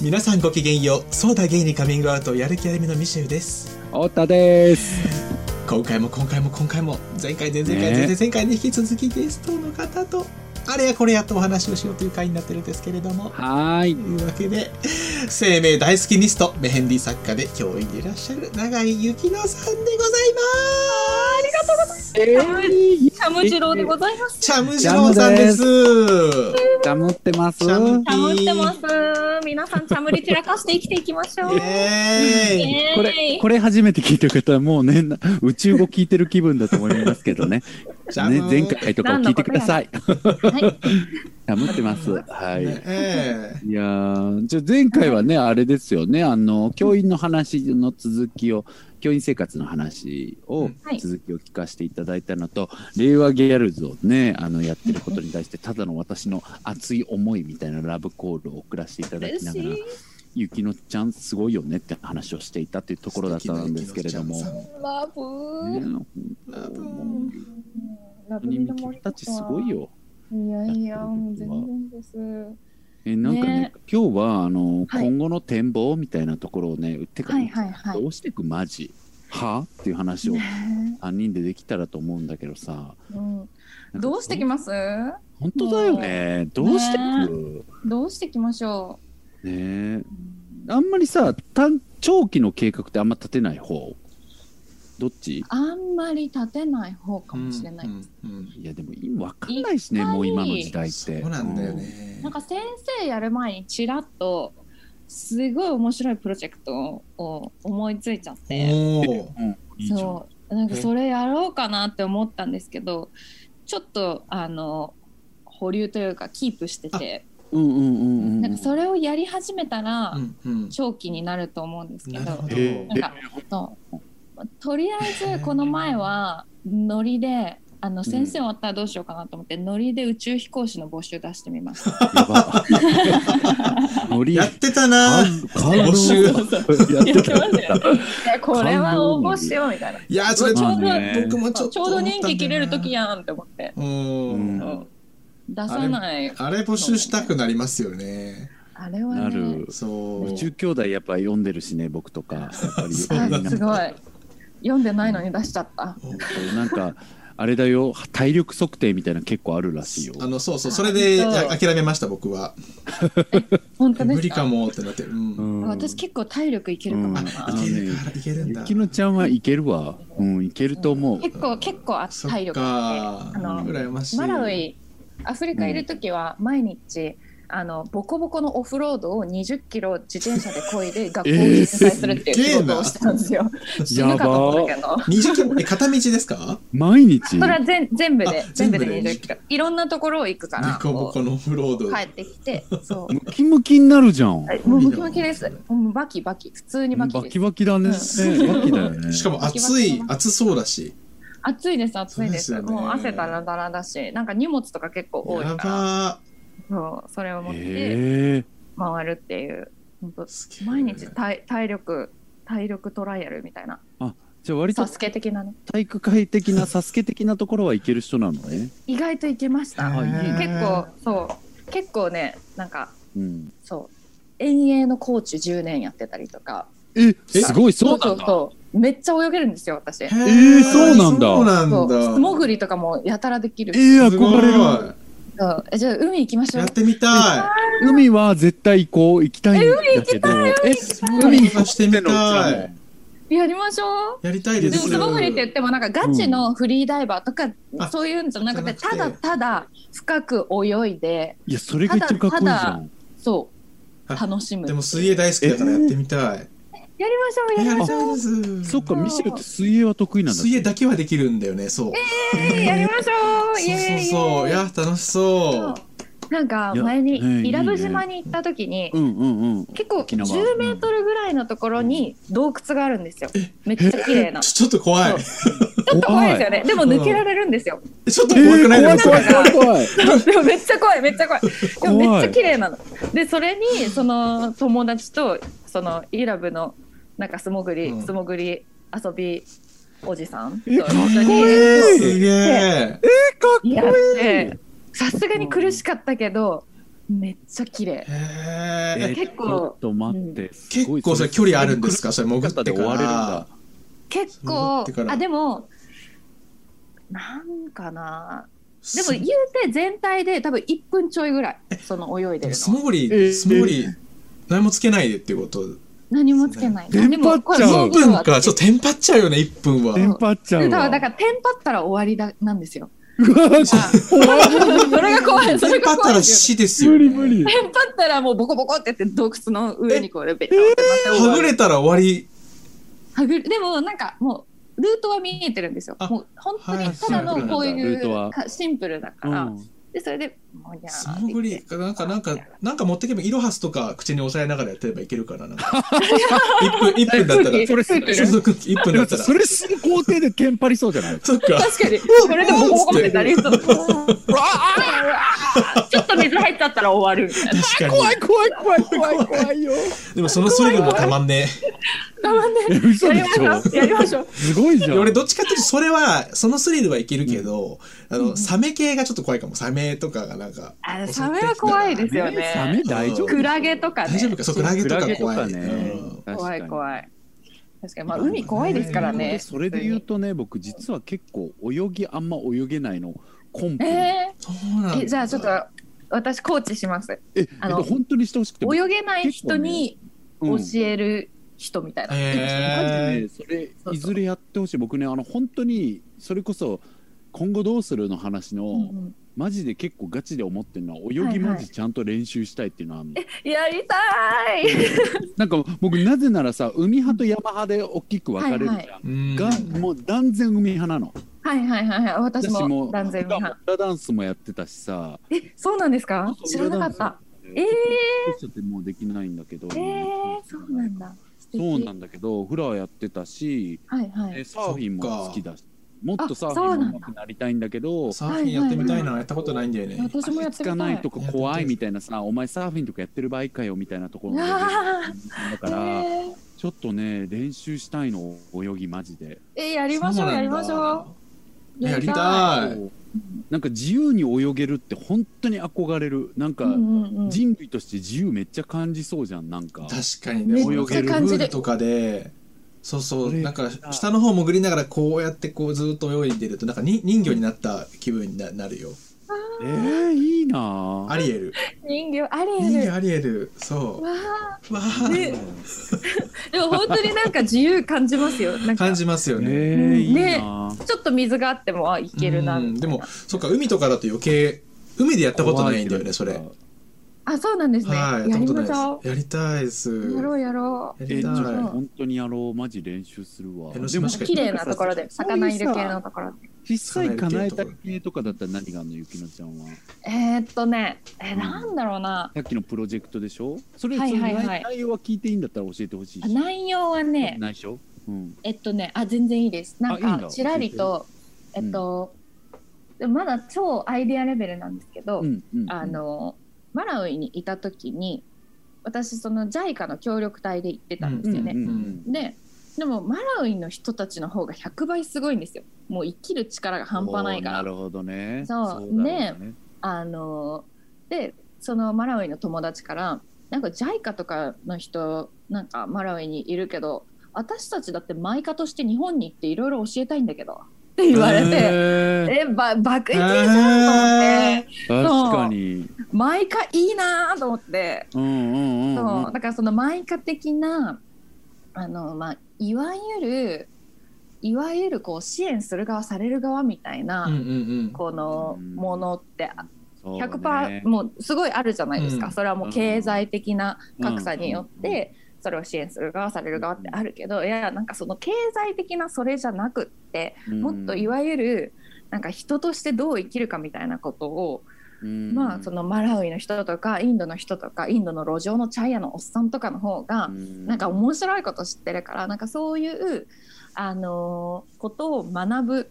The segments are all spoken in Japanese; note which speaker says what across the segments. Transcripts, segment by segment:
Speaker 1: 皆さんごきげんようソーダゲイにカミングアウトやる気ありみのミシューです
Speaker 2: 太田です。
Speaker 1: 今回も今回も今回も前回前々回
Speaker 2: ね
Speaker 1: 前々前回に引き続きゲストの方とあれやこれやとお話をしようという回になってるんですけれども
Speaker 2: はー
Speaker 1: と
Speaker 2: い。
Speaker 1: いうわけで生命大好きニストメヘンディ作家で教員でいらっしゃる永井幸乃さんでございますありがとうございます
Speaker 2: えー、
Speaker 3: チャムジローでございます。
Speaker 1: チャムジローさんです。
Speaker 2: ダムってます。
Speaker 1: チャム
Speaker 3: チャムってます。皆さん、チャムリ散らかして生きていきましょう。
Speaker 1: イエーイ。
Speaker 3: イエーイ
Speaker 2: これ、これ初めて聞いてる方はもうね、な宇宙語聞いてる気分だと思いますけどね。
Speaker 1: ジャ
Speaker 2: ね、
Speaker 1: ム
Speaker 2: 前。回とかを聞いてください。
Speaker 3: はい
Speaker 2: ダムってます。はい。
Speaker 1: え
Speaker 2: いやーじゃあ前回はね、あれですよね、あの、教員の話の続きを、教員生活の話を
Speaker 3: はい、
Speaker 2: 続きを聞かせていただいたのと、令和ギャルズをね、あの、やってることに対して、ただの私の熱い思いみたいなラブコールを送らせていただき
Speaker 3: 嬉
Speaker 2: な
Speaker 3: し
Speaker 2: がら
Speaker 3: い。、
Speaker 2: ゆきのちゃんすごいよねって話をしていたっていうところだったんですけれども、ね
Speaker 3: ラブ
Speaker 2: 本
Speaker 1: ラブ
Speaker 3: ラ
Speaker 2: 当にみきたちすごい。よ。
Speaker 3: いやいや、もう
Speaker 2: 全
Speaker 3: 全
Speaker 2: 然
Speaker 3: 然です。
Speaker 2: えなんかね
Speaker 3: ね
Speaker 2: 今日はあの、
Speaker 3: はい
Speaker 2: 今後の展望みたいなところをねてか、
Speaker 3: はいはいはい
Speaker 2: ど。うしていくマジはっていう話を3人でできたらと思うんだけどさ
Speaker 3: うんどうしてき
Speaker 2: ま
Speaker 3: ます
Speaker 2: 本当だよねどうしてく
Speaker 3: どうしていきましょ
Speaker 2: ねえあんまりさ短長期の計画ってあんま立てない方どっち
Speaker 3: うあんまり立てない方かもしれない。
Speaker 2: いやでも今わかんないしね
Speaker 3: いっぱい
Speaker 2: もう今の時代って
Speaker 1: そうなんだよね。
Speaker 3: なんか先生やる前にちらっとすごい面白いプロジェクトを思いついちゃって
Speaker 1: お
Speaker 2: うんいいじゃん
Speaker 3: そうなんかそれやろうかなって思ったんですけどちょっとあの保留というかキープしてて
Speaker 2: うんうんうんうんうん
Speaker 3: なんかそれをやり始めたら
Speaker 1: うんうん。
Speaker 3: 長期になると思うんですけ
Speaker 1: なるほ
Speaker 3: ど
Speaker 1: ど
Speaker 2: へえ
Speaker 3: なんかそうとりあえずこの前はノリで。あの先生終わったらどうしようかなと思って、ノリで宇宙飛行士の募集出してみました。
Speaker 2: や ば。ノリ
Speaker 1: やってたな。
Speaker 2: 募
Speaker 1: 集
Speaker 2: やってた
Speaker 3: やってましたよいやこれは応募しようみたいな。
Speaker 1: いやそれ
Speaker 3: ちょう
Speaker 2: ね
Speaker 1: 僕もちょ
Speaker 3: ど
Speaker 1: っと
Speaker 3: ちょうど任期切れる時。やんって思って。
Speaker 1: う
Speaker 2: うん
Speaker 1: ん。
Speaker 3: 出さない。
Speaker 1: あれ募集したくなりますよね。
Speaker 3: あれは
Speaker 2: な
Speaker 3: ね。
Speaker 2: る。
Speaker 1: そう。
Speaker 2: 宇宙兄弟やっぱ読んでるしね、僕とか。やっぱり
Speaker 1: そう
Speaker 3: あすご
Speaker 2: い。
Speaker 3: い。読んでないのに出しちゃった。
Speaker 2: なんか、あれだよ、体力測定みたいなの結構あるらしいよ。
Speaker 1: あのそうそうそれで諦めました僕は。
Speaker 3: 本当ですか
Speaker 1: 無理か。もってなって。うん。
Speaker 2: うん
Speaker 3: 私結構体力いけるかもな。
Speaker 2: うん
Speaker 1: いけるからいけるん
Speaker 2: ゆ
Speaker 1: だ。
Speaker 2: きのちゃんはいけるわ。うん、いけると思う。
Speaker 3: 結構結構あ
Speaker 1: そっ
Speaker 3: 体力あ
Speaker 1: か
Speaker 3: あの
Speaker 1: 羨まし
Speaker 3: って。
Speaker 1: い。
Speaker 3: マラウイアフリカいる時は毎日。あのボコボコのオフロードを20キロ自転車で漕いで学校を実践するっていう仕事をしたんですよ。死
Speaker 2: や
Speaker 3: ぬかと思
Speaker 2: ば
Speaker 3: ったけど。
Speaker 1: 20キロえ片道ですか
Speaker 2: 毎日
Speaker 3: それは全全部で
Speaker 1: あ
Speaker 3: 全部
Speaker 1: 全
Speaker 3: で
Speaker 1: 部で
Speaker 3: 20キロいろんなところを行くから
Speaker 1: ニコボコのオフロー
Speaker 3: こ
Speaker 1: ド、
Speaker 3: う帰ってきてそう
Speaker 2: ムキムキになるじゃん。
Speaker 3: はいもうムキムキですもうバキバキ普通にバ
Speaker 2: バ
Speaker 3: キで
Speaker 2: キ
Speaker 3: す
Speaker 2: バキだね。
Speaker 3: うん
Speaker 2: ねバキだよね。
Speaker 1: しかも暑い暑そうだし
Speaker 3: 暑いです暑いです
Speaker 1: そうですよね
Speaker 3: もう汗だらだらだしなんか荷物とか結構多い
Speaker 1: や
Speaker 3: から
Speaker 1: ば
Speaker 3: そうそれを持って
Speaker 2: ええ。
Speaker 3: 回るっていう本当
Speaker 1: ーすげえ
Speaker 3: 毎日体体力体力トライアルみたいな
Speaker 2: じゃあ割と
Speaker 3: サスケ的なね
Speaker 2: 体育会的なサスケ的なところはいける人なのね。
Speaker 3: 意外といけました
Speaker 2: あいいね
Speaker 3: 結構そう結構ねなんか
Speaker 2: うん。
Speaker 3: そう遠泳のコーチ10年やってたりとか
Speaker 2: え、
Speaker 1: え
Speaker 2: すごい、
Speaker 3: そ
Speaker 2: そう
Speaker 3: うそうそう。めっちゃ泳げるんですよ、私。
Speaker 1: へ
Speaker 2: えーそうなんだ
Speaker 1: そうなん
Speaker 3: そう
Speaker 1: だ
Speaker 3: 素潜りとかもやたらできる
Speaker 2: え。ー、
Speaker 1: すご
Speaker 2: 憧れる。
Speaker 1: い
Speaker 3: そうえじゃあ海行きましょ
Speaker 1: や
Speaker 3: う
Speaker 1: っ。てみた
Speaker 2: 海は絶対行こう、行きたいんだけど。え、
Speaker 1: い
Speaker 2: 海行
Speaker 1: 行かしてみたい
Speaker 2: い。
Speaker 3: やりましょう。
Speaker 1: やりたい
Speaker 3: で
Speaker 1: で
Speaker 3: も
Speaker 1: す
Speaker 3: 素潜りって言ってもなんかガチのフリーダイバーとか
Speaker 1: あ
Speaker 3: そういうんじゃなくて
Speaker 1: じゃ
Speaker 3: た
Speaker 1: な
Speaker 3: だ
Speaker 1: くて
Speaker 3: ただ深く泳いで
Speaker 2: いや、それが一番かっこいいじゃん。
Speaker 3: そう
Speaker 1: あ
Speaker 3: 楽しむ。
Speaker 1: でも水泳大好きだからやってみたい
Speaker 3: やりましょうや
Speaker 1: や
Speaker 3: り
Speaker 1: り
Speaker 3: ましょ
Speaker 1: たいです
Speaker 2: そっか、ミシェルって水泳は得意なんだ。
Speaker 1: 水泳だけはできるんだよねそう
Speaker 3: うやりましょう。イ
Speaker 1: そ
Speaker 3: エ
Speaker 1: う
Speaker 3: ー
Speaker 1: そう
Speaker 3: イ
Speaker 1: そういや楽しそう
Speaker 3: なんか
Speaker 2: いや
Speaker 3: 前
Speaker 2: ね
Speaker 3: に
Speaker 2: え
Speaker 3: 伊良
Speaker 2: いい
Speaker 3: 部
Speaker 2: ね
Speaker 3: 島に行った時に
Speaker 2: うんうんうん。
Speaker 3: 結構
Speaker 2: 沖縄
Speaker 3: 10メートルぐらいのところに洞窟があるんですよ。めっちゃ綺麗な。
Speaker 1: ちょちょっと怖い
Speaker 3: そうちょっと怖いですよね。でも抜けられるんですよ。
Speaker 1: ちょっと
Speaker 2: え
Speaker 1: 怖くないで
Speaker 2: ー、
Speaker 1: もそ
Speaker 2: 怖
Speaker 1: れ
Speaker 2: い怖い怖い。
Speaker 3: でもめっちゃ怖い、めっち ゃ怖い。でも
Speaker 2: 怖い
Speaker 3: めっちゃ綺麗なの。で、それにその友達とそのイラブのなんか素潜り、
Speaker 1: うん
Speaker 3: 素潜り遊びおじさんと
Speaker 2: え
Speaker 3: 一
Speaker 2: かっこ
Speaker 3: 緒に
Speaker 2: いい
Speaker 1: すげえ
Speaker 2: かっこ
Speaker 3: やっ
Speaker 2: いい。
Speaker 3: て、さすがに苦しかったけど、めっちゃ綺麗
Speaker 1: へ
Speaker 2: え
Speaker 1: え。
Speaker 3: 結構
Speaker 2: ちょっと待って、すごい
Speaker 1: 結構それ距離あるんですかそれ潜
Speaker 2: 車
Speaker 1: っ
Speaker 2: で
Speaker 1: て
Speaker 2: 終
Speaker 1: か
Speaker 2: われるんだ
Speaker 1: ら。
Speaker 3: 結
Speaker 1: 登
Speaker 3: 構
Speaker 1: ってから
Speaker 3: あでもなんかなでも
Speaker 1: す
Speaker 3: 言うて全体で多分1分ちょいぐらいその泳いでる
Speaker 1: 素
Speaker 3: のは
Speaker 1: 潜
Speaker 2: えー
Speaker 1: り、素潜り、何もつけないでっていうこと。
Speaker 3: 何もつけない
Speaker 2: テンパっちゃう
Speaker 3: でもこれ
Speaker 1: 1
Speaker 3: も
Speaker 1: 分か、
Speaker 3: は
Speaker 1: ちょっとテンパっちゃうよね、1分は。
Speaker 2: テンパっちゃう
Speaker 3: だから
Speaker 2: わ
Speaker 3: だからテンパったら終わりだなんですよ。
Speaker 2: うわ
Speaker 3: あそれが怖い。そ
Speaker 1: テ
Speaker 3: れ
Speaker 1: ンパっ
Speaker 3: が
Speaker 1: た
Speaker 3: 怖
Speaker 1: ら
Speaker 3: いんですよ。
Speaker 1: 死ですよ
Speaker 2: 無
Speaker 1: ね。
Speaker 2: 理無理
Speaker 3: テンパったらもうボコボコってやって洞窟の上にこうベタってなって終
Speaker 1: は
Speaker 3: わ
Speaker 1: ぐ
Speaker 3: る
Speaker 1: れたら終わり。
Speaker 3: はぐれでもなんかもうルートは見えてるんですよ。
Speaker 1: あ
Speaker 3: もう本当
Speaker 1: は
Speaker 3: に
Speaker 1: い
Speaker 3: ただのこう
Speaker 2: シンプルなんだルー
Speaker 3: い
Speaker 2: トは
Speaker 3: うかシンプルだか
Speaker 2: う
Speaker 3: ら。
Speaker 2: ん
Speaker 3: でそれでもにゃ
Speaker 1: 素
Speaker 3: ーって
Speaker 1: 潜
Speaker 3: 言っ
Speaker 1: り
Speaker 3: て。
Speaker 1: なんか、なんか、なんか持ってけば、イロハスとか口に押さえながらやってればいけるからな。1分、一分だったら。
Speaker 2: それそれ
Speaker 1: そうそう、1分だったら。
Speaker 2: それする工程でテンパりそうじゃない
Speaker 1: そっか。
Speaker 3: 確かに。それでボコボコってなりそう。
Speaker 2: うわ
Speaker 3: ちょっと水入っちゃったら終わるみたいな。
Speaker 1: 確か
Speaker 2: あ
Speaker 1: に。
Speaker 2: 怖い怖い怖い怖い怖いよ
Speaker 1: でもそのスリルもたまんね
Speaker 3: 我慢ね。
Speaker 2: え嘘
Speaker 3: やり
Speaker 2: で
Speaker 3: ま
Speaker 2: し
Speaker 3: しょ
Speaker 2: ょ
Speaker 3: う。やりましょう。
Speaker 2: すごいじゃん
Speaker 1: 俺どっちかっていうとそれはそのスリルはいけるけど、あのサメ系がちょっと怖いかもサメとかがなんか
Speaker 3: あサメは怖いですよね。
Speaker 2: サメ大丈夫
Speaker 3: クラゲとかね。
Speaker 1: 大丈夫かそうクラゲとか怖い
Speaker 2: クラゲとかね
Speaker 1: うん
Speaker 3: 怖い
Speaker 2: い
Speaker 3: 怖い。確かにまあ海怖いですからね。
Speaker 2: それで言うとね僕実は結構泳ぎあんま泳げないのコンプ
Speaker 3: え
Speaker 1: そうなん
Speaker 3: ー、
Speaker 1: だ
Speaker 3: えじゃあちょっと私コーチします。
Speaker 2: え
Speaker 3: あの
Speaker 2: えっと本当にしてほしくて
Speaker 3: 泳げない人に
Speaker 2: う
Speaker 3: 教
Speaker 2: ん
Speaker 3: える人みたいな。
Speaker 1: へー
Speaker 2: ねそれいずれやってほしい僕ねあの本当にそれこそ今後どうするの話の、
Speaker 3: うんうん
Speaker 2: マジで結構ガチで思ってるのは泳
Speaker 3: は
Speaker 2: ぎ
Speaker 3: いはい
Speaker 2: マジちゃんと練習したいっていうのはあるの、
Speaker 3: やりたい。
Speaker 2: なんか僕なぜならさ海派と山派で大きく分かれるじゃん、
Speaker 3: はいは
Speaker 1: うん
Speaker 2: がもう断然海派なの
Speaker 3: はいはいはいはい。私
Speaker 2: 私
Speaker 3: も
Speaker 2: も
Speaker 3: 断然
Speaker 2: だから
Speaker 3: 派
Speaker 2: も。うフラダンスもやってたしさ
Speaker 3: え、そうなんですか？知らなかった。えー
Speaker 2: ちょっともうできないんだけど、
Speaker 3: えー、そうなんだ。素敵
Speaker 2: そうなんだけどフラはやってたし、
Speaker 3: はいは
Speaker 2: え
Speaker 3: い。
Speaker 2: サーフィンも好きだしもっと
Speaker 3: あ
Speaker 2: サーフィ
Speaker 3: そう
Speaker 2: ン
Speaker 3: な
Speaker 2: も
Speaker 3: んだ
Speaker 2: 上手くなりたいんだけど
Speaker 1: サーフィンやってみたいなやったことないんだよね
Speaker 3: 私もやって
Speaker 2: 足つか
Speaker 3: みた。
Speaker 2: ないいとこ怖いみたいなさお前サーフィンとかやってる場合かよみたいなところも出てる
Speaker 3: あ
Speaker 2: だから、
Speaker 3: えー
Speaker 2: ちょっとね練習したいの泳ぎマジで
Speaker 3: えー、やりましょうやりましょう。
Speaker 1: うやりたい
Speaker 2: そうなんか自由に泳げるって本当に憧れるなんか
Speaker 3: うんうんうん
Speaker 2: 人類として自由めっちゃ感じそうじゃんなんか
Speaker 1: 確かにね
Speaker 2: め
Speaker 1: 泳
Speaker 2: っち
Speaker 1: げ
Speaker 2: ゃ
Speaker 1: る
Speaker 3: 感
Speaker 1: プ
Speaker 3: じ
Speaker 1: ー
Speaker 3: で
Speaker 1: ルとかでそうそう
Speaker 2: それ
Speaker 1: なんか下の方潜りながらこうやってこうずっと泳いでるとなんかに人魚になった気分にななるよ
Speaker 2: えー、いいな
Speaker 1: アリエル
Speaker 3: 人形あり
Speaker 1: 人魚
Speaker 3: える。わ
Speaker 1: アリエルそう
Speaker 3: あ。
Speaker 1: わあ
Speaker 3: ねでも本当になんか自由感じますよ。なんか
Speaker 1: 感じますよ
Speaker 2: え
Speaker 1: ね
Speaker 2: ー、いいな、
Speaker 3: ねちょっと水があってもあいけるな
Speaker 1: う
Speaker 3: み
Speaker 1: ん
Speaker 3: た
Speaker 1: で
Speaker 3: いな。
Speaker 1: もそっか海とかだと余計海でやったことないんだよねそれ
Speaker 2: 怖
Speaker 1: はい
Speaker 3: あそうなんですね。や
Speaker 1: やった
Speaker 3: り
Speaker 1: こと
Speaker 3: まし
Speaker 1: ない
Speaker 3: ょ
Speaker 1: ですやりたいです
Speaker 3: う。やろうやろう。
Speaker 1: や
Speaker 2: けどえ
Speaker 1: りた
Speaker 2: ちょっと
Speaker 1: い
Speaker 2: 本当にやろうマジ練習するわ
Speaker 1: 江ノ島しか
Speaker 3: 綺麗なところで魚いる系のところで。
Speaker 2: 実際叶えたい系とかだったら何があんのゆきのちゃんは
Speaker 3: えー、っとね、えーなんだろうな。
Speaker 2: さっきのプロジェクトでしょそれ、
Speaker 3: はいはいはい
Speaker 2: その内内容は聞いていいんだったら教えてほしいし
Speaker 3: 内容はね、
Speaker 2: 内緒うん
Speaker 3: えっとね、あ全然いいです。なん
Speaker 2: あいいん
Speaker 3: か
Speaker 2: だ
Speaker 3: ちらりとえ
Speaker 2: えて
Speaker 3: っと、でもまだ超アイデアレベルなんですけど、
Speaker 2: うんうん
Speaker 3: あのマラウイにいた時に、私その JICA の協力隊で行ってたんですよね。
Speaker 2: うんうん
Speaker 3: ででもマラウイの人たちの方が100倍すごいんですよもう生きる力が半端ないか
Speaker 2: おーな
Speaker 3: ら
Speaker 2: るほどね
Speaker 3: そう
Speaker 2: だろうね
Speaker 3: あのーでそのマラウイの友達からなんか JICA とかの人なんかマラウイにいるけど私たちだってマイカとして日本に行っていろいろ教えたいんだけどって言われて、え
Speaker 2: へー
Speaker 3: ば爆撃じゃんと思
Speaker 2: 確
Speaker 3: って、
Speaker 2: かに
Speaker 3: マイカいいなと思って
Speaker 2: うんうんうんうん
Speaker 3: そうだからそのマイカ的なあの、まあ、いわゆるいわゆるこう支援する側される側みたいな、
Speaker 1: うんうん
Speaker 3: この
Speaker 2: うん
Speaker 3: ものって
Speaker 2: そうね
Speaker 3: 100%、もうすごいあるじゃないですか、
Speaker 1: うん
Speaker 3: それはもう経済的な格差によってそれを支援する側される側ってあるけど、いやなんかその経済的なそれじゃなくって
Speaker 2: うん
Speaker 3: もっといわゆるなんか人としてどう生きるかみたいなことを
Speaker 2: うん
Speaker 3: まあそのマラウイの人とかインドの人とかインドの路上のチャイヤのおっさんとかの方が
Speaker 2: うん
Speaker 3: なんか面白いこと知ってるからなんかそういう、あのーことを学ぶ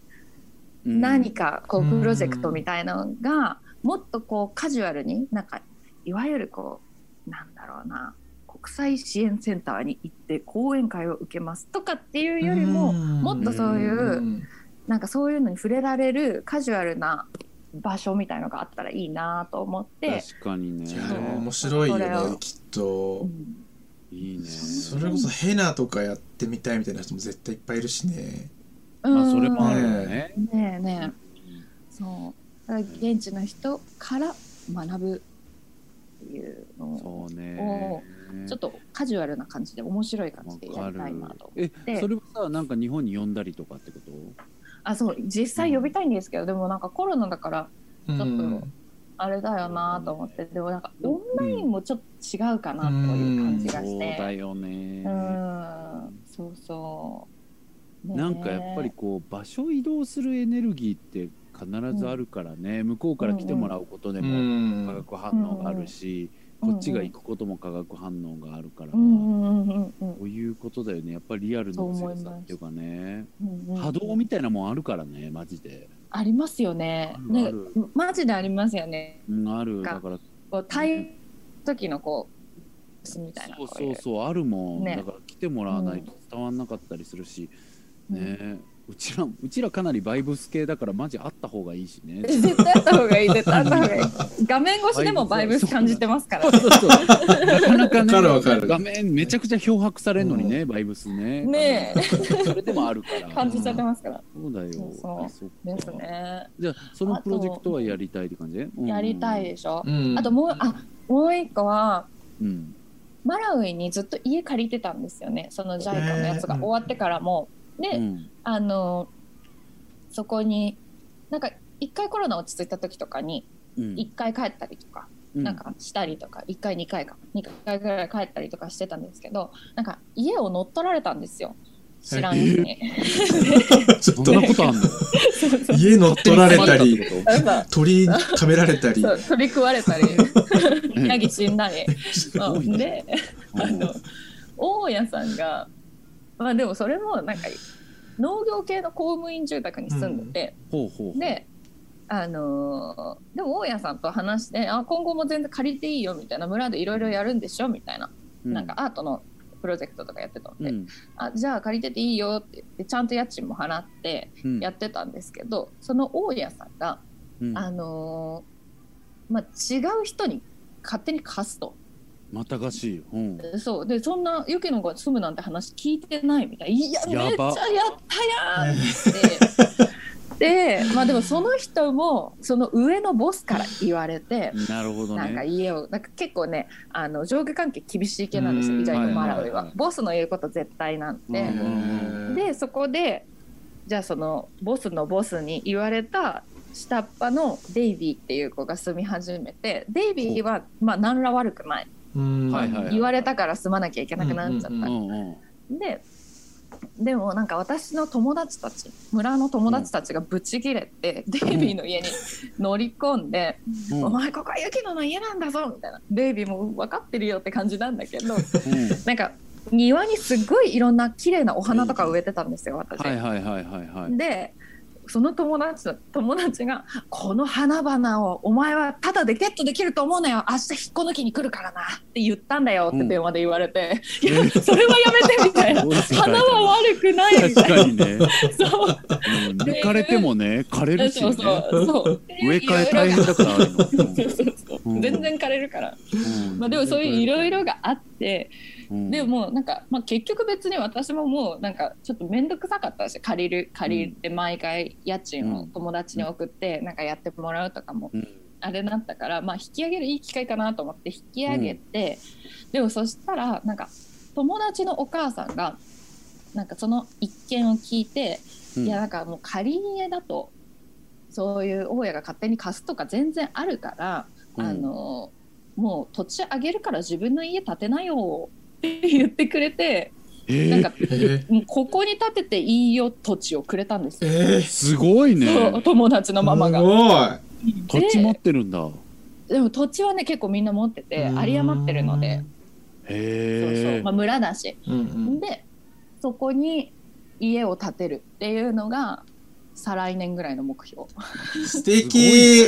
Speaker 2: うん
Speaker 3: 何かこう
Speaker 1: うん
Speaker 3: プロジェクトみたいなのがもっとこうカジュアルになんかいわゆるこうなんだろうな国際支援センターに行って講演会を受けますとかっていう
Speaker 1: うん
Speaker 3: よりも
Speaker 1: も
Speaker 3: もっとそうい
Speaker 2: うん
Speaker 3: うなんかそういうのに触れられるカジュアルな場所みたいのがあったらいいなと思って、
Speaker 2: 確かに
Speaker 1: い
Speaker 2: ね
Speaker 1: やでも面白いよ
Speaker 3: それ
Speaker 1: ね
Speaker 3: を
Speaker 1: きっと、
Speaker 3: うん
Speaker 2: いいね
Speaker 1: それこそヘナとかやってみたいみたいな人も絶対いっぱいいるしね
Speaker 2: まあそれもあるよ
Speaker 1: うん
Speaker 2: ね
Speaker 3: ねえねえそうだから現地の人から学ぶっていうのを
Speaker 2: そう
Speaker 3: お
Speaker 2: ね
Speaker 3: ちょっとカジュアルな感じで面白い感じで
Speaker 2: わ
Speaker 3: や
Speaker 2: か
Speaker 3: り
Speaker 2: る
Speaker 3: たいなと
Speaker 2: え
Speaker 3: で
Speaker 2: それはさなんか日本に呼んだりとかってこと
Speaker 3: あそう実際呼びたいんですけど、でもなんかコロナだから
Speaker 1: う
Speaker 3: ちょっと
Speaker 1: ん
Speaker 3: あれだよなと思って、でもなんかオンラインもちょっと違うかなという感じが
Speaker 2: そう
Speaker 3: し
Speaker 2: だ
Speaker 3: て
Speaker 2: よね
Speaker 3: うんそうそう、ねえ
Speaker 2: なんかやっぱりこう場所移動するエネルギーって必ずあるからね、向こうから来てもらうことで
Speaker 1: う
Speaker 2: も
Speaker 1: ん
Speaker 2: 化学反応があるし、
Speaker 3: うんうん
Speaker 2: こっちが行くことも化学反応があるから、
Speaker 3: うんうんうんうん
Speaker 2: こういうことだよねやっぱりリアルの強さっていうかね
Speaker 3: うんうん
Speaker 2: 波動みたいなもんあるからねマジで、
Speaker 3: ありますよね
Speaker 2: ある
Speaker 3: ね
Speaker 2: ある
Speaker 3: マジでありますよね
Speaker 2: うん、ある
Speaker 3: か
Speaker 2: だから
Speaker 3: こう対時のこうみたいな
Speaker 2: そう
Speaker 3: こ
Speaker 2: そうそうあるもん、
Speaker 3: ね
Speaker 2: だから来てもらわないと伝わんなかったりするし、
Speaker 3: うん
Speaker 2: ねうちらうちらかなりバイブス系だからマジあった方がいいしね
Speaker 3: う いう絶対あった方がいい絶対あった方がいい 画面越しでもバイブス感じてますから
Speaker 2: そうそうそうなかなかね
Speaker 1: わかるわかる
Speaker 2: 画面めちゃくちゃ漂白されるのにね、バイブスね
Speaker 3: ねえ
Speaker 2: それでもあるから
Speaker 3: 感じちゃってますから
Speaker 2: そうだよ
Speaker 3: そうそう
Speaker 2: あそっか
Speaker 3: ですね
Speaker 2: じゃあそのプロジェクトはやりたいって感じね、うん
Speaker 3: やりたいでしょ
Speaker 1: う、ん
Speaker 3: あともうあもう一個は
Speaker 2: うん
Speaker 3: マラウイにずっと家借りてたんですよねその JICA のやつ
Speaker 1: えー
Speaker 3: が
Speaker 1: うん
Speaker 3: 終わってからも、で、
Speaker 2: うん
Speaker 3: あのそこになんか一回コロナ落ち着いた時とかに
Speaker 2: うん
Speaker 3: 一回帰ったりとか、
Speaker 2: う
Speaker 3: なんかしたりとか一回二回か二回ぐらい帰ったりとかしてたんですけどなんか家を乗っ取られたんですよ知らん人に。
Speaker 1: ちょっ
Speaker 2: そんな
Speaker 1: と
Speaker 2: ことあんの
Speaker 3: そうそう
Speaker 1: 家乗っ取られた り
Speaker 2: 勝手に困
Speaker 3: な
Speaker 2: っ
Speaker 3: んか
Speaker 1: 鳥に噛められたり
Speaker 3: そう取り食われたり
Speaker 2: たっ てこと
Speaker 3: ヤギ死んだり。まあ
Speaker 2: 多いね
Speaker 3: であの大家さんがまあでもそれもなんか農業系の公務員住宅に住んでて、
Speaker 2: ほうほう
Speaker 3: であのーでも大家さんと話してあ今後も全然借りていいよみたいな村でいろいろやるんでしょみたいな、
Speaker 2: う
Speaker 3: なんかアートのプロジェクトとかやってたの
Speaker 2: う
Speaker 3: で、
Speaker 2: ん
Speaker 3: あじゃあ借りてていいよって言ってちゃんと家賃も払って
Speaker 2: うん
Speaker 3: やってたんですけどその大家さんが、
Speaker 2: うん
Speaker 3: あのーまあ、違う人に勝手に貸すと。
Speaker 2: またがしいうん
Speaker 3: そうでそんなユキの子が住むなんて話聞いてないみたいいやめっ
Speaker 2: や
Speaker 3: ちゃ
Speaker 2: ば
Speaker 3: やったやん ってでまあでもその人もその上のボスから言われて
Speaker 2: なるほどね
Speaker 3: なんか家をなんか結構ねあの上下関係厳しい系なんですよ
Speaker 1: うん
Speaker 3: イジャイのマラ
Speaker 2: はいは
Speaker 3: ウイ
Speaker 2: いは
Speaker 3: はいボスの言うこと絶対なん
Speaker 2: う
Speaker 3: で
Speaker 2: ん
Speaker 3: でそこでじゃあそのボスのボスに言われた下っ端のデイビーっていう子が住み始めてデイビーはまあ何ら悪くない
Speaker 1: うん
Speaker 2: はいはい
Speaker 3: 言われたから住まなきゃいけなくなっちゃった、
Speaker 1: うん
Speaker 2: うんうん
Speaker 3: ででもなんか私の友達たち村の友達たちがブチギレて、デイビーの家に乗り込んで
Speaker 2: う
Speaker 3: 「
Speaker 2: ん
Speaker 3: お前ここはユキノの家なんだぞ」みたいなデイビーも分かってるよって感じなんだ けど
Speaker 2: うん
Speaker 3: なんか庭にすごいいろんな綺麗なお花とか植えてたんですよ私。
Speaker 2: はいはいはいはいはい
Speaker 3: でその友達の友達が「この花々をお前はタダでゲットできると思うなよ明日引っこ抜きに来るからな」って言ったんだよって電話で言われて 「いやそれはや めて」みたいな
Speaker 2: どういう世界
Speaker 3: 花は悪くない
Speaker 2: 確
Speaker 3: みたい
Speaker 2: かにね
Speaker 3: なそう
Speaker 2: うん抜かれてもね枯れるし
Speaker 3: そう
Speaker 2: ね
Speaker 3: そうそう
Speaker 2: 植え替え大変だからあれも
Speaker 3: そうそうそう
Speaker 2: うん
Speaker 3: 全然枯れるから、
Speaker 2: うん
Speaker 3: まあ、でもそういういろいろがあって
Speaker 2: うん
Speaker 3: でもなんか、まあ、結局別に私ももうなんかちょっと面倒くさかったし借りる借りて毎回家賃を友達に送ってなんかやってもらうとかも
Speaker 2: うん
Speaker 3: あれだったから、まあ、引き上げるいい機会かなと思って引き上げて、でもそしたらなんか友達のお母さんがなんかその一件を聞いて、
Speaker 2: うん
Speaker 3: いやなんかもう仮家だとそういう大家が勝手に貸すとか全然あるから、
Speaker 2: うん
Speaker 3: あのもう土地あげるから自分の家建てなよって言ってくれて
Speaker 2: え
Speaker 3: なん
Speaker 2: ー
Speaker 3: か
Speaker 1: え
Speaker 3: もうここに建てていいよ土地をくれたんですよ、
Speaker 1: え
Speaker 2: すごい
Speaker 3: そう
Speaker 2: ね
Speaker 3: 友達のママが
Speaker 1: す。ご
Speaker 2: 土地持ってるんだ
Speaker 3: でも土地はね結構みんな持ってて
Speaker 1: い
Speaker 3: 有り余ってるので、そうそ
Speaker 2: へ
Speaker 3: う
Speaker 2: え
Speaker 3: まあ、村だし、
Speaker 1: うんうん、
Speaker 3: でそこに家を建てるっていうのが再来年ぐらいの目標
Speaker 1: 素敵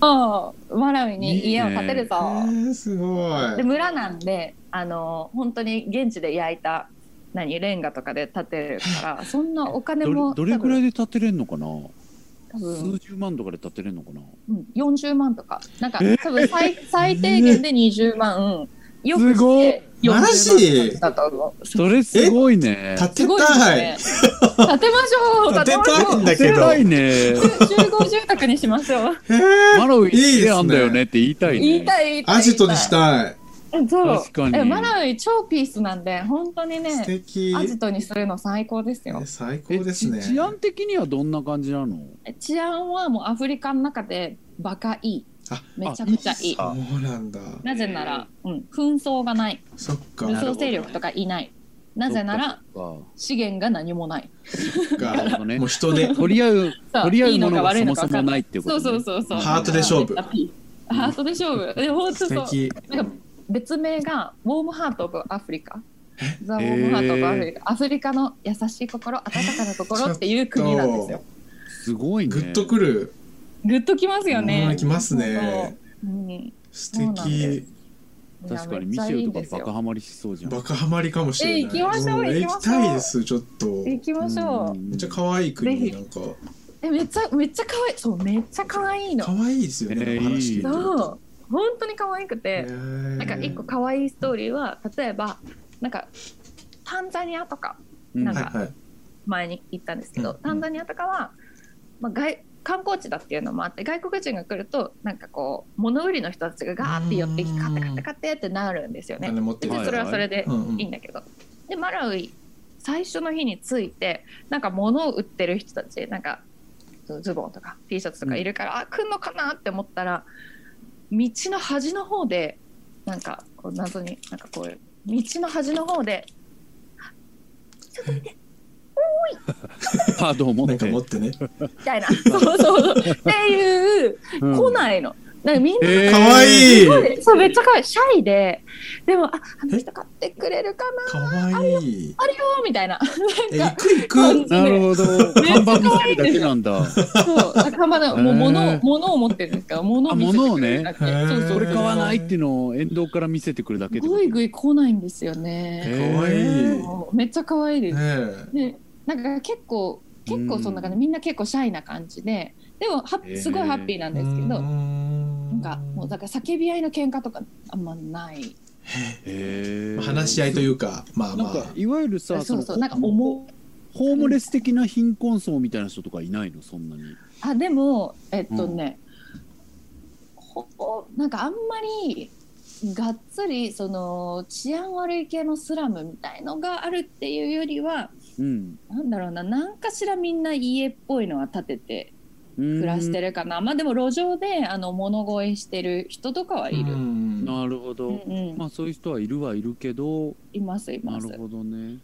Speaker 3: ああマラウイに家を建てるぞ
Speaker 1: えー、すご
Speaker 3: で
Speaker 1: い。
Speaker 3: 村なんであの本当に現地で焼いた何レンガとかで建てるからそんなお金
Speaker 2: ど
Speaker 3: も
Speaker 2: れどれぐらい
Speaker 3: 多
Speaker 2: で建てれんのかな
Speaker 3: 分多分
Speaker 2: 数、十万とかで建てれるのかな
Speaker 3: うん、40万とかなんか多分最最低限で20万、よくして
Speaker 1: すごいマジ
Speaker 3: 40万だと思う
Speaker 2: それすごいね。
Speaker 1: 建
Speaker 3: す
Speaker 1: て
Speaker 3: ごいで
Speaker 1: た
Speaker 3: す
Speaker 1: い
Speaker 3: ね。建てましょう
Speaker 1: 建てたいんだ
Speaker 2: 建
Speaker 1: け
Speaker 2: て
Speaker 1: ど
Speaker 2: たいね。
Speaker 3: 集合住宅にしましょう。
Speaker 1: へー
Speaker 2: マラウイ
Speaker 1: いいですね
Speaker 2: であんだよねって言いたいね。
Speaker 3: 言いたい言いたい。
Speaker 1: アジトにしたい
Speaker 3: そう。
Speaker 2: 確かに
Speaker 3: えマラウイ超ピースなんで、本当に
Speaker 1: 素
Speaker 3: ね、
Speaker 1: 敵
Speaker 3: アジトにするの最高ですよ
Speaker 1: え。最
Speaker 2: え
Speaker 1: 高ですね
Speaker 2: ち治安的にはどんな感じなの
Speaker 3: 治安はもうアフリカの中でバカいい
Speaker 1: あ。
Speaker 3: めちゃくちゃいい。
Speaker 2: あ
Speaker 1: そうなんだ
Speaker 3: なぜなら、うん、紛争がない。
Speaker 1: そっか
Speaker 3: 武
Speaker 2: なる
Speaker 3: 装
Speaker 2: ほど
Speaker 3: 勢力とかいない。なぜなら、
Speaker 2: そっか
Speaker 3: 資源が何もない。
Speaker 1: そっか
Speaker 2: なるほどね
Speaker 1: もう人で
Speaker 2: 取り合う、
Speaker 3: そう
Speaker 2: 取り合うものが
Speaker 3: い
Speaker 2: そ
Speaker 3: い
Speaker 2: も
Speaker 3: のか
Speaker 2: そ
Speaker 3: 悪いのか分か
Speaker 2: も
Speaker 3: ん
Speaker 2: な
Speaker 3: ない
Speaker 2: いってこと
Speaker 3: そう
Speaker 2: ね。
Speaker 3: そうそうそう。
Speaker 1: ハートで勝負
Speaker 3: ハートで勝負。で、本当
Speaker 1: 素
Speaker 3: そう。
Speaker 1: 敵
Speaker 3: なんか別名がウォームハート・オブ・アフリカ。ザ・ウォームハート・オブ・アフリカ。アフリカの優しい心、温かな心っていう国なんですよ。
Speaker 2: すごいね。
Speaker 1: グッとくる
Speaker 3: グッときますよ
Speaker 1: うん
Speaker 3: ね。
Speaker 1: きますね
Speaker 3: そう。うん、
Speaker 1: 素
Speaker 3: そうなんで
Speaker 1: 敵
Speaker 2: 確かにミシェルとかバカ
Speaker 3: カ。
Speaker 2: ハマりしそうじゃん。
Speaker 1: バカハマりかもしれない
Speaker 3: え行きましょうん行きましょう
Speaker 1: 行きたいですちょっと
Speaker 3: 行きましょう。
Speaker 1: めっちゃ可愛い国
Speaker 3: ぜひ
Speaker 1: なんか
Speaker 3: え、めっちゃ、めっちゃ可愛い。そう、めっちゃ可愛いの
Speaker 1: 可。愛いですよね、
Speaker 2: えー
Speaker 1: でも話聞いてると
Speaker 3: そう。本当に可愛くて。
Speaker 1: な
Speaker 3: なんか一個可愛いストーリーは、例えば、なんか。タンザニアとか
Speaker 2: うん
Speaker 3: なんか
Speaker 1: はいはい
Speaker 3: 前に行ったんですけど、
Speaker 1: うん
Speaker 3: タンザニアとかは、まあ、外観光地だっていうのもあって外国人が来るとなんかこう物売りの人たちがガーって寄ってきて
Speaker 1: うん
Speaker 3: 買って買って買ってってなるんですよ
Speaker 1: お
Speaker 3: ね
Speaker 1: 金持ってる
Speaker 2: はい
Speaker 3: 別にそれはそれで
Speaker 1: うんうん
Speaker 3: いいんだけど、でマラウイ最初の日に着いてなんか物を売ってる人たちなんかズボンとか T シャツとかいるから、あ来んのかなって思ったら道の端の方でなんかこう謎になんかこういう道の端の方で
Speaker 2: カードを持
Speaker 1: な
Speaker 2: っ
Speaker 1: んか
Speaker 2: て。
Speaker 1: 持ってね
Speaker 3: みたいなそうそうそうっていう
Speaker 2: うん
Speaker 3: 来ないの。なんかみんな
Speaker 2: えー
Speaker 1: 可愛い
Speaker 3: すごい、そうめっちゃ可愛いシャイででもああの人買ってくれるかな
Speaker 1: 可愛い
Speaker 3: あるよみたいな
Speaker 1: え
Speaker 3: な
Speaker 1: 行
Speaker 3: んか
Speaker 1: く行
Speaker 3: 感
Speaker 1: く
Speaker 3: じで
Speaker 2: なるほど。
Speaker 3: めっちゃ可愛
Speaker 2: 看板見せる
Speaker 3: い
Speaker 2: だけなんだ。
Speaker 3: そう仲間だも う
Speaker 2: へ
Speaker 3: 物を
Speaker 2: ー
Speaker 3: 物を持ってるんですから物を見せてくれるだけ
Speaker 1: あ物をね
Speaker 3: そうそう
Speaker 2: それ買わない
Speaker 1: い
Speaker 2: っていうのを沿道から見せてくるだけってこと
Speaker 3: ぐいぐい来ないんですよね、
Speaker 2: へー
Speaker 1: 可愛い
Speaker 3: もうめっちゃ可愛いです、
Speaker 1: ね
Speaker 3: ね、なんか結構結構そんな感じ
Speaker 2: うん
Speaker 3: みんな結構シャイな感じででもは
Speaker 2: へー
Speaker 3: すごいハッピーな
Speaker 1: え
Speaker 3: んですけど、
Speaker 1: な
Speaker 3: なんかもうだから叫び合いの喧嘩とかあんまない
Speaker 2: へー
Speaker 1: 話し合いというかまあま
Speaker 2: なん
Speaker 1: あ
Speaker 2: かいわゆるさ
Speaker 3: そうそう
Speaker 2: の
Speaker 3: なんか思う
Speaker 2: ホームレス的な貧困層みたいな人とかいないのそんなに
Speaker 3: あでもえっとね、ほなんかあんまりがっつりその治安悪い系のスラムみたいのがあるっていうよりは
Speaker 2: うん
Speaker 3: なんだろうな何かしらみんな家っぽいのは建てて暮
Speaker 2: 暮
Speaker 3: らしてるかな、まあでも路上であの物乞いしてる人とかはいる、
Speaker 1: うん
Speaker 2: なるほ
Speaker 3: う
Speaker 2: ど、
Speaker 3: んうん
Speaker 2: まあそういう人はいるはいるけど
Speaker 3: いますい
Speaker 2: な
Speaker 3: ます
Speaker 2: るほどね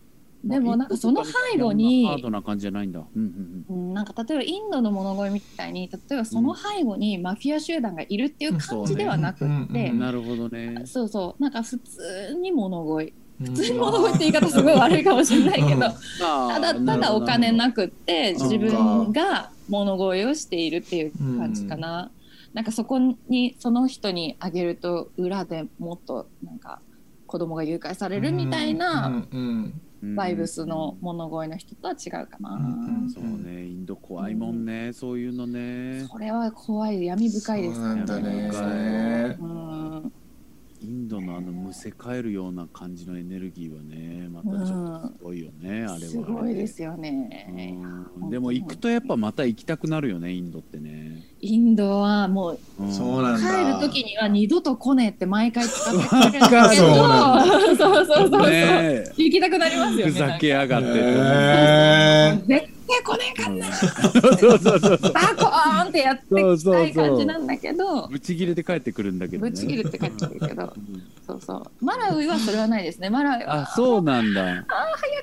Speaker 3: でもなんかその背後に
Speaker 2: ハードな感じじゃないんだうんうん
Speaker 3: うんなんか例えばインドの物乞いみたいに例えばその背後にマフィア集団がいるっていう感じではなくって、
Speaker 1: うんそうねうんう
Speaker 2: うんなるほどね
Speaker 3: そうそうなんか普通に物乞い
Speaker 1: うん
Speaker 3: 普通に物乞いって言い方すごい悪いかもしれないけ
Speaker 1: うん
Speaker 3: どただただお金なくって
Speaker 2: そう
Speaker 1: か
Speaker 3: 自分が物乞いをしているっていう感じかな、なんかそこにその人にあげると裏でもっとなんか子供が誘拐されるみたいな
Speaker 1: うんうん
Speaker 3: バイブスの物乞いの人とは違うかな、
Speaker 1: うん
Speaker 2: そうねインド怖いもんね、そういうのね
Speaker 3: それは怖い闇深いです
Speaker 1: そうなんだね
Speaker 3: うん
Speaker 2: インドのあのむせ返るような感じのエネルギーはねまたちょっとすごいよね、あれは
Speaker 3: すごいですよね、
Speaker 2: うんでも行くとやっぱまた行きたくなるよねインドってね、
Speaker 3: インドはもう
Speaker 2: うん
Speaker 1: そうなんだ
Speaker 3: 帰る時には二度と来ねえって毎回使ってくれるんだけど
Speaker 1: そうな
Speaker 3: そうそうそうそ
Speaker 2: ね
Speaker 3: う、
Speaker 2: え
Speaker 3: 行きたくなりますよ
Speaker 2: ふ
Speaker 3: ねなん
Speaker 2: ざ
Speaker 3: か
Speaker 2: けやがってと
Speaker 1: へ
Speaker 3: 絶対来ねえか
Speaker 2: うんん
Speaker 3: な
Speaker 2: そうそうそうそう
Speaker 3: バコーンってやってきたい感じなんだけど
Speaker 2: ぶち切れて帰ってくるんだけどね
Speaker 3: ぶち切るって感じだけどそうそうマラウイはそれはないですねマラウイは
Speaker 2: あそうなんだ
Speaker 3: 早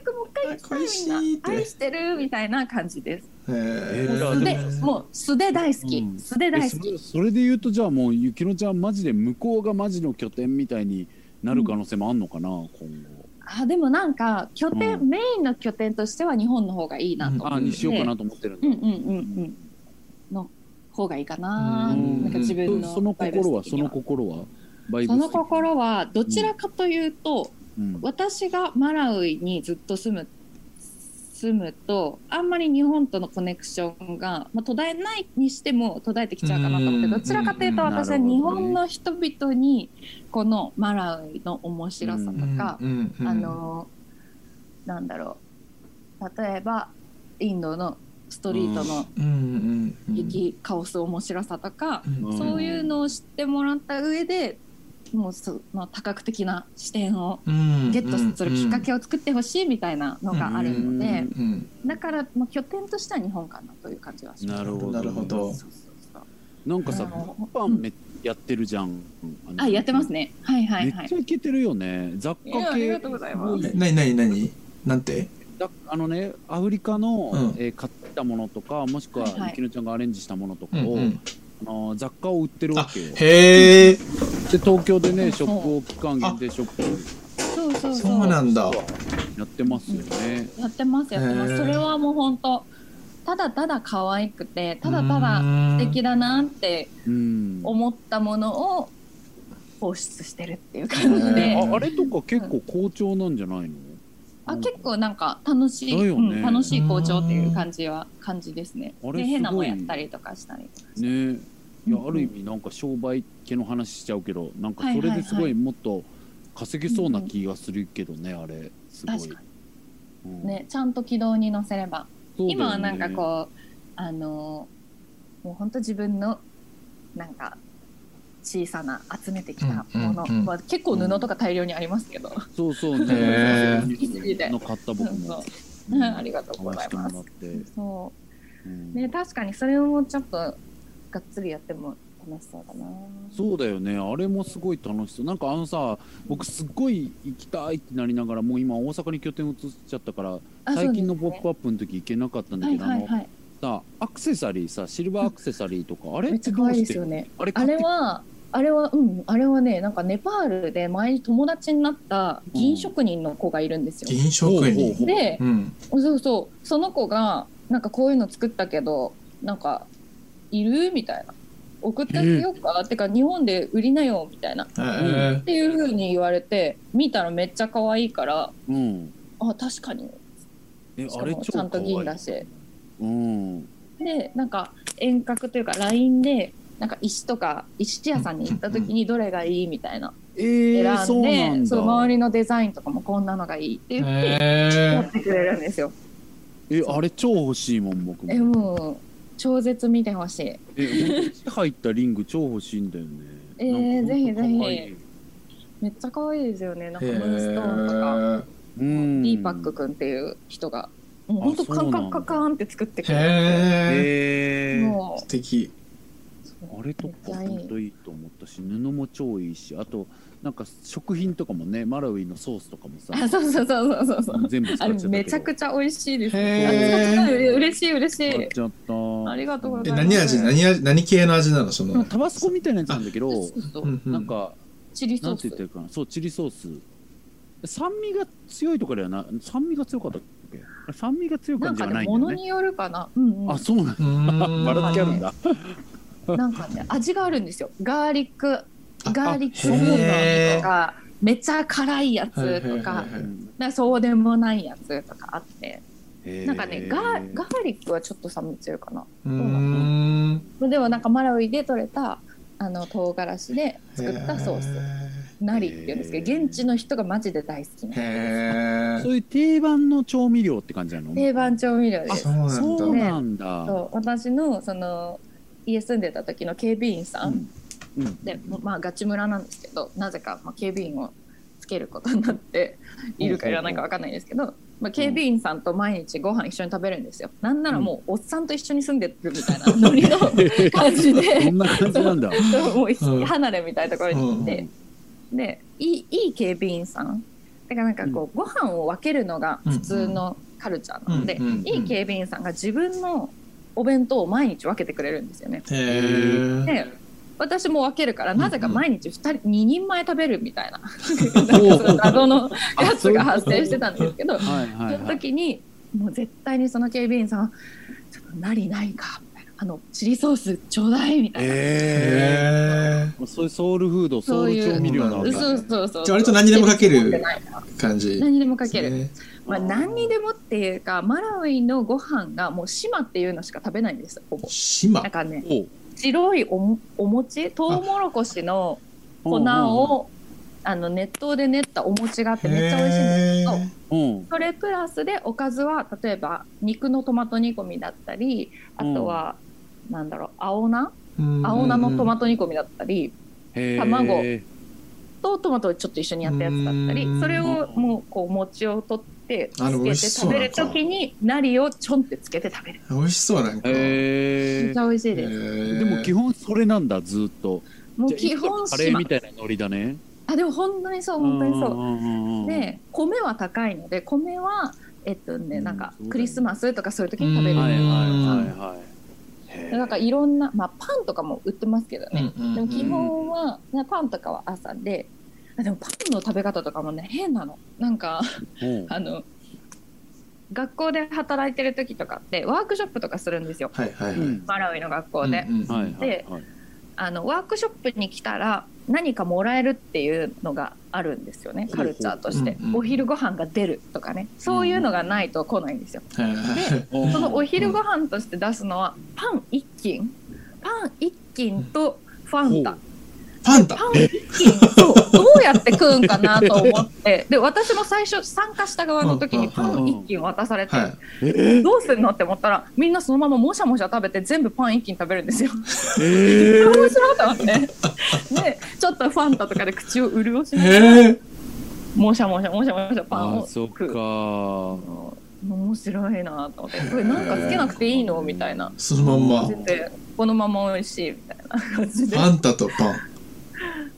Speaker 3: くもう一回行きたい
Speaker 1: 恋し
Speaker 3: みんな
Speaker 1: いって
Speaker 3: 愛してるみたいな感じです
Speaker 1: え
Speaker 2: ー
Speaker 3: 素でもう素で大好き、
Speaker 2: うん
Speaker 3: 素で
Speaker 2: え
Speaker 3: 大好
Speaker 2: そ
Speaker 3: き
Speaker 2: れそれで言うとじゃあもうゆきのちゃんマジで向こうがマジの拠点みたいになる可能性もあんのかな、今後
Speaker 3: あでもなんか拠点、
Speaker 2: う
Speaker 3: メインの拠点としては日本の方がいいなと
Speaker 2: あ
Speaker 3: 思って、
Speaker 2: にしようかなと思ってるんだ、
Speaker 3: うんうんうんうんの方がいいかな、
Speaker 1: うん
Speaker 3: なんか自分
Speaker 2: そ
Speaker 3: の
Speaker 2: その心は
Speaker 3: バ
Speaker 2: その心はバイ
Speaker 3: イブス的に
Speaker 2: ブ
Speaker 3: そ
Speaker 2: ス的に
Speaker 3: の心はどちらかというと、
Speaker 2: うん
Speaker 3: 私がマラウイにずっと住む住むとあんまり日本とのコネクションが、まあ、途絶えないにしても途絶えてきちゃうかなと思って
Speaker 1: うん
Speaker 3: どちらかというと
Speaker 2: うん
Speaker 3: 私は
Speaker 2: なるほどね
Speaker 3: 日本の人々にこのマラウイの面白さとか、
Speaker 1: うんうん
Speaker 3: あのなんだろう例えばインドのストリートの
Speaker 1: うんうんうん
Speaker 3: 雪カオス面白さとか、
Speaker 1: うん
Speaker 2: ん
Speaker 3: そういうのを知ってもらった上でもうその多角的な視点を
Speaker 1: うん
Speaker 3: ゲットするきっかけ
Speaker 1: を
Speaker 3: を作ってほしいみたいなのがあるので、
Speaker 2: うん
Speaker 1: うん
Speaker 3: だから、まあ、拠点としては日本かなという感じはします。
Speaker 2: なるほど
Speaker 1: なるほど
Speaker 3: そうそうそう
Speaker 2: なんかさ
Speaker 3: あの
Speaker 2: 物販めやってるじゃん
Speaker 3: あやってます
Speaker 2: ね
Speaker 3: ね。はいはい
Speaker 2: め
Speaker 3: は
Speaker 2: っ
Speaker 3: い
Speaker 2: ちゃ。いけてるよね雑貨
Speaker 3: いやあり
Speaker 2: 系
Speaker 3: がとうございます
Speaker 2: すごい
Speaker 1: なになになになんて
Speaker 2: だあのねアフリカの、
Speaker 1: うん
Speaker 2: えー買ったものとかもしくは
Speaker 3: はいはい
Speaker 2: ゆきのちゃんがアレンジしたものとか
Speaker 1: う
Speaker 2: を、
Speaker 1: んうん
Speaker 2: あの雑貨を売ってるわけよで
Speaker 1: へえ
Speaker 2: 東京で
Speaker 3: う
Speaker 2: ね
Speaker 3: ん
Speaker 2: ショップを期間限定ショップ
Speaker 3: そうそうそう。
Speaker 1: そうなんだ
Speaker 2: やってますよね、
Speaker 3: やってますやってま
Speaker 1: へー
Speaker 3: す。それはもう本当ただただ可愛くてただただ素敵だなって
Speaker 2: うん
Speaker 3: 思ったものを放出してるっていう感じ
Speaker 1: へ
Speaker 3: で。
Speaker 1: ー
Speaker 2: ああれとか結構好調なんじゃないの、
Speaker 3: あ結構なんか楽しい、
Speaker 2: だよね
Speaker 3: うん楽しい校長っていう感じは感じですね。
Speaker 2: あれ
Speaker 3: で変なもんやったりとかしたりとかして。
Speaker 2: ねいやある意
Speaker 3: うん
Speaker 2: 味なんか商売系の話しちゃうけどなんか
Speaker 3: はい
Speaker 2: そ
Speaker 3: はい
Speaker 2: れ
Speaker 3: はい
Speaker 2: ですごいもっと稼げそうな気がするけどね、あれすごい
Speaker 3: 確か
Speaker 2: うん
Speaker 3: にねちゃんと軌道に乗せれば。
Speaker 2: そうだよね
Speaker 3: 今はなんかこうあのもうほんと自分のなんか小さな集めてきたもの、
Speaker 1: うんうんうん
Speaker 3: まあ、結構布とか大量にありますけど、
Speaker 2: そうそうね。
Speaker 1: へ
Speaker 3: ー好きすぎて
Speaker 2: の買った 僕も。
Speaker 3: うんありがとうございま
Speaker 2: 買わ
Speaker 3: す
Speaker 2: せてもらって
Speaker 3: そ
Speaker 2: うん
Speaker 3: うね確かにそれもちょっとがっつりやっても楽しそうだな
Speaker 2: そうだよね。あれもすごい楽しそう。なんかあのさ、僕すっごい行きたいってなりながら、もう今大阪に拠点移っちゃったから、
Speaker 3: あ
Speaker 2: 最近のポ
Speaker 3: そう
Speaker 2: ップアップの時行けなかったん
Speaker 3: で
Speaker 2: だ
Speaker 3: す
Speaker 2: け
Speaker 3: ね
Speaker 2: ど、
Speaker 3: はいはいはい
Speaker 2: あのさ、アクセサリーさ、シルバーアクセサリーとか、あれ
Speaker 3: め
Speaker 2: っ
Speaker 3: っち
Speaker 2: て
Speaker 3: ゃ
Speaker 2: ど
Speaker 3: 可
Speaker 2: う
Speaker 3: 愛い
Speaker 2: し
Speaker 3: で
Speaker 2: て
Speaker 3: すよね
Speaker 2: あれ買
Speaker 3: あ
Speaker 2: って
Speaker 3: れはあれはうんあれはねなんかネパールで前に友達になった銀職人の子がいるんですよ、
Speaker 1: 銀職
Speaker 2: ほうほう
Speaker 1: 人
Speaker 2: ほう
Speaker 3: で、
Speaker 1: うん
Speaker 3: そうそうその子がなんかこういうの作ったけどなんかいるみたいな送ってあげようか、てか日本で売りなよみたいなっ
Speaker 1: へえ
Speaker 3: ていうふうに言われて見たらめっちゃ可愛いから
Speaker 2: うん。
Speaker 3: あ確かに
Speaker 2: え、
Speaker 3: し
Speaker 2: あ
Speaker 3: か
Speaker 2: れ
Speaker 3: も
Speaker 2: 超
Speaker 3: ちゃんと銀だし
Speaker 2: うん。
Speaker 3: でなんか遠隔というか LINE でなんか石とか石屋さんに行った時にどれがいいみたいな
Speaker 2: え
Speaker 3: 選んで、
Speaker 2: ー、そうなんだ。
Speaker 3: そう周りのデザインとかもこんなのがいいって言ってや
Speaker 1: へ
Speaker 3: ってくれるんですよ。
Speaker 2: え、あれ超欲しいもん、僕
Speaker 3: え
Speaker 2: も。
Speaker 3: もう超絶見てほしい。
Speaker 2: え、入ったリング超欲しいんだよね。
Speaker 3: えー
Speaker 2: なんかほんと
Speaker 3: ぜひぜひ
Speaker 2: 可愛い
Speaker 3: めっちゃ可愛いですよね。なんかム
Speaker 1: え
Speaker 3: ーンストーンとか、
Speaker 2: うん。
Speaker 3: ディーパックくんっていう人が、もう本当
Speaker 2: そう
Speaker 3: カ
Speaker 2: なん
Speaker 3: ンカン
Speaker 2: だ
Speaker 3: カンカンって作ってくれ
Speaker 1: へえ
Speaker 2: え
Speaker 3: て、
Speaker 2: ー
Speaker 3: も
Speaker 1: 素敵
Speaker 3: う、
Speaker 2: あれとか本当いいと思ったし布も超いいしあとなんか食品とかもねマラウイのソースとかもさ
Speaker 3: あ、そうそうそうそうそう。
Speaker 2: 全部使っちゃ
Speaker 3: あ
Speaker 2: った
Speaker 3: れ
Speaker 2: けど
Speaker 3: めちゃくちゃ美味しいです。
Speaker 1: へー
Speaker 3: あ違う違う嬉しい嬉し
Speaker 2: 使っ
Speaker 3: い。
Speaker 2: ちゃった
Speaker 3: ありがとうござ
Speaker 1: え
Speaker 3: います
Speaker 1: 何味何味何系の味なのその
Speaker 2: タバスコみたいなやつなんだけど
Speaker 3: そうそう
Speaker 1: うんうん
Speaker 2: なんか
Speaker 3: チリソ
Speaker 2: なん
Speaker 3: ー
Speaker 2: て言って
Speaker 3: ス。
Speaker 2: るかなそうチリソース酸味が強いとかではな酸味が強かったっけあ酸味が強い
Speaker 3: な
Speaker 2: 感
Speaker 3: ん
Speaker 2: じ
Speaker 3: か
Speaker 2: はないんだ
Speaker 3: ね、
Speaker 2: よ
Speaker 3: 物
Speaker 2: ね
Speaker 3: によるかな。うんう
Speaker 2: あ
Speaker 3: ん。
Speaker 2: そうなん
Speaker 1: うーん
Speaker 2: ばらつきあるんだ
Speaker 3: なんかね、味があるんですよ。ガーリック、ガーリック
Speaker 1: あ
Speaker 3: 風味
Speaker 1: へー
Speaker 3: とか、めっちゃ辛いやつと
Speaker 1: は
Speaker 3: か
Speaker 1: いはいはい、
Speaker 2: うん
Speaker 3: なんかそうでもないやつとかあって。
Speaker 2: へー
Speaker 3: なんかね、ガーガーリックはちょっと酸味強いかな。
Speaker 1: うーん
Speaker 3: でもなんかマラウイで採れたあの唐辛子で作ったソース、ナリっていうんですけ
Speaker 2: へ
Speaker 3: ど、
Speaker 2: ー
Speaker 3: 現地の人がマジで大好き
Speaker 1: へ
Speaker 3: な
Speaker 1: え
Speaker 2: そういう定番の調味料って感じなの
Speaker 3: 定番調味料で
Speaker 1: あ
Speaker 3: す
Speaker 1: そ。うなんだ
Speaker 2: そうなんだ
Speaker 3: そう私のその家住んでた時の警備員さん
Speaker 2: うんうん
Speaker 3: で、まあガチ村なんですけど、なぜかまあ警備員をつけることになっているかいらないかわかんないですけど。まあ、警備員さんと毎日ご飯一緒に食べるんですよ。なんならもうおっさんと一緒に住んでるみたいな ノリの感じで。
Speaker 2: そんな感じなんだ。
Speaker 3: そうもう一
Speaker 1: うん
Speaker 3: 離れみたいなところに行って、
Speaker 2: うん
Speaker 3: でいいいい警備員さんだからなんかこう、ご飯を分けるのが普通のカルチャーなので、
Speaker 1: うんうんうん
Speaker 3: いい警備員さんが自分のお弁当を毎日分けてくれるんですよね。
Speaker 1: へえ
Speaker 3: で私も分けるからなぜか毎日 2, 人2人前食べるみたいな
Speaker 2: お
Speaker 3: なんかそ
Speaker 2: ー
Speaker 3: の 謎の
Speaker 2: あ
Speaker 3: やつ
Speaker 2: そういうこと
Speaker 3: が発生してたんですけどそ
Speaker 2: はいはい
Speaker 3: の
Speaker 2: はい。
Speaker 3: 時にもう絶対にその警備員さんは「ちょっとなりないか」みたいな「あのチリソースちょうだい」みたいな。
Speaker 2: え
Speaker 1: へ
Speaker 2: え。そういうソウルフード、ソウル調味料なわ
Speaker 1: う
Speaker 2: け。
Speaker 1: ん
Speaker 3: そうそうそう。
Speaker 1: じゃあ割と何にでもかける
Speaker 3: チリソースじゃない
Speaker 1: え感じ
Speaker 3: 何にでもかける。
Speaker 1: ね
Speaker 3: まあ、何にでもっていうかマラウイのご飯がもう島っていうのしか食べないんですほぼ
Speaker 1: 島
Speaker 3: なんかね
Speaker 2: おう
Speaker 3: 白いおもお餅トウモロコシの粉をあの熱湯で練ったお餅があってめっちゃ美味しいんです
Speaker 1: へ
Speaker 3: ど
Speaker 1: ー
Speaker 2: うんうん
Speaker 3: それプラスでおかずは例えば肉のトマト煮込みだったりあとは、なんだろう青菜
Speaker 1: うん
Speaker 3: 青菜のトマト煮込みだったり、
Speaker 2: へー
Speaker 3: 卵とトマトをちょっと一緒にやったやつだった
Speaker 1: う
Speaker 3: り
Speaker 1: ん
Speaker 3: それをもうこう餅を取ってつ
Speaker 1: あの美
Speaker 3: けて
Speaker 1: 味しそう
Speaker 3: 食べる時になりをちょんってつけて食べる
Speaker 1: 美味しそうなんか、
Speaker 3: め
Speaker 2: へ
Speaker 3: っち
Speaker 2: ー
Speaker 3: ゃ美味しいです、
Speaker 1: で
Speaker 2: でも基本それなんだずーっと
Speaker 3: もう
Speaker 2: じゃあ
Speaker 3: 基本
Speaker 2: カレー
Speaker 3: 島
Speaker 2: みたいなノリだね
Speaker 3: あでも本当にそう本当にそう
Speaker 2: う
Speaker 3: で米は高いので米はえっとね
Speaker 2: うん
Speaker 3: なんか
Speaker 2: そうだね
Speaker 3: クリスマスとかそういう時に食べ
Speaker 2: はいはい
Speaker 3: る、
Speaker 2: はいはいへー
Speaker 3: なんかいろんな、まあ、パンとかも売ってますけどね、でも基
Speaker 1: うん
Speaker 3: 本は、ねパンとかは朝であでもパンの食べ方とかもね変なのなんか
Speaker 2: うん
Speaker 3: あの学校で働いてる時とかってワークショップとかするんですよ
Speaker 1: はいはいはい、
Speaker 2: うん
Speaker 3: マラウイの学校で、
Speaker 1: うんうん
Speaker 2: はいはいはい
Speaker 3: あのワークショップに来たら何かもらえるっていうのがあるんですよねカルチャーとして、
Speaker 1: うんうん
Speaker 3: お昼ご飯が出るとかねそういうのがないと来ないんですよ、
Speaker 1: はいはいはい
Speaker 2: うん
Speaker 3: そのお昼ご飯として出すのはパン一斤パン一斤とファンタ
Speaker 1: パンタ
Speaker 3: パン一斤とどうやって食うんかなと思 ってで私も最初参加した側の時にパン一斤渡されて
Speaker 1: はい
Speaker 2: えー
Speaker 3: どうするのって思ったらみんなそのままもしゃもしゃ食べて全部パン一斤食べるんですよ。
Speaker 2: えー
Speaker 3: 面白かったわね。でちょっとファンタとかで口を潤しながら
Speaker 1: へえ
Speaker 3: もしゃもしゃもしゃもしゃパン
Speaker 2: あ
Speaker 3: を
Speaker 2: そっ
Speaker 3: 食う。
Speaker 2: か
Speaker 3: 面白いなと思ってこれなんかつけなくていいのみたいな
Speaker 1: そのまんま
Speaker 3: 感じでこのまま美味しいみたいな感じで
Speaker 1: パンタとパン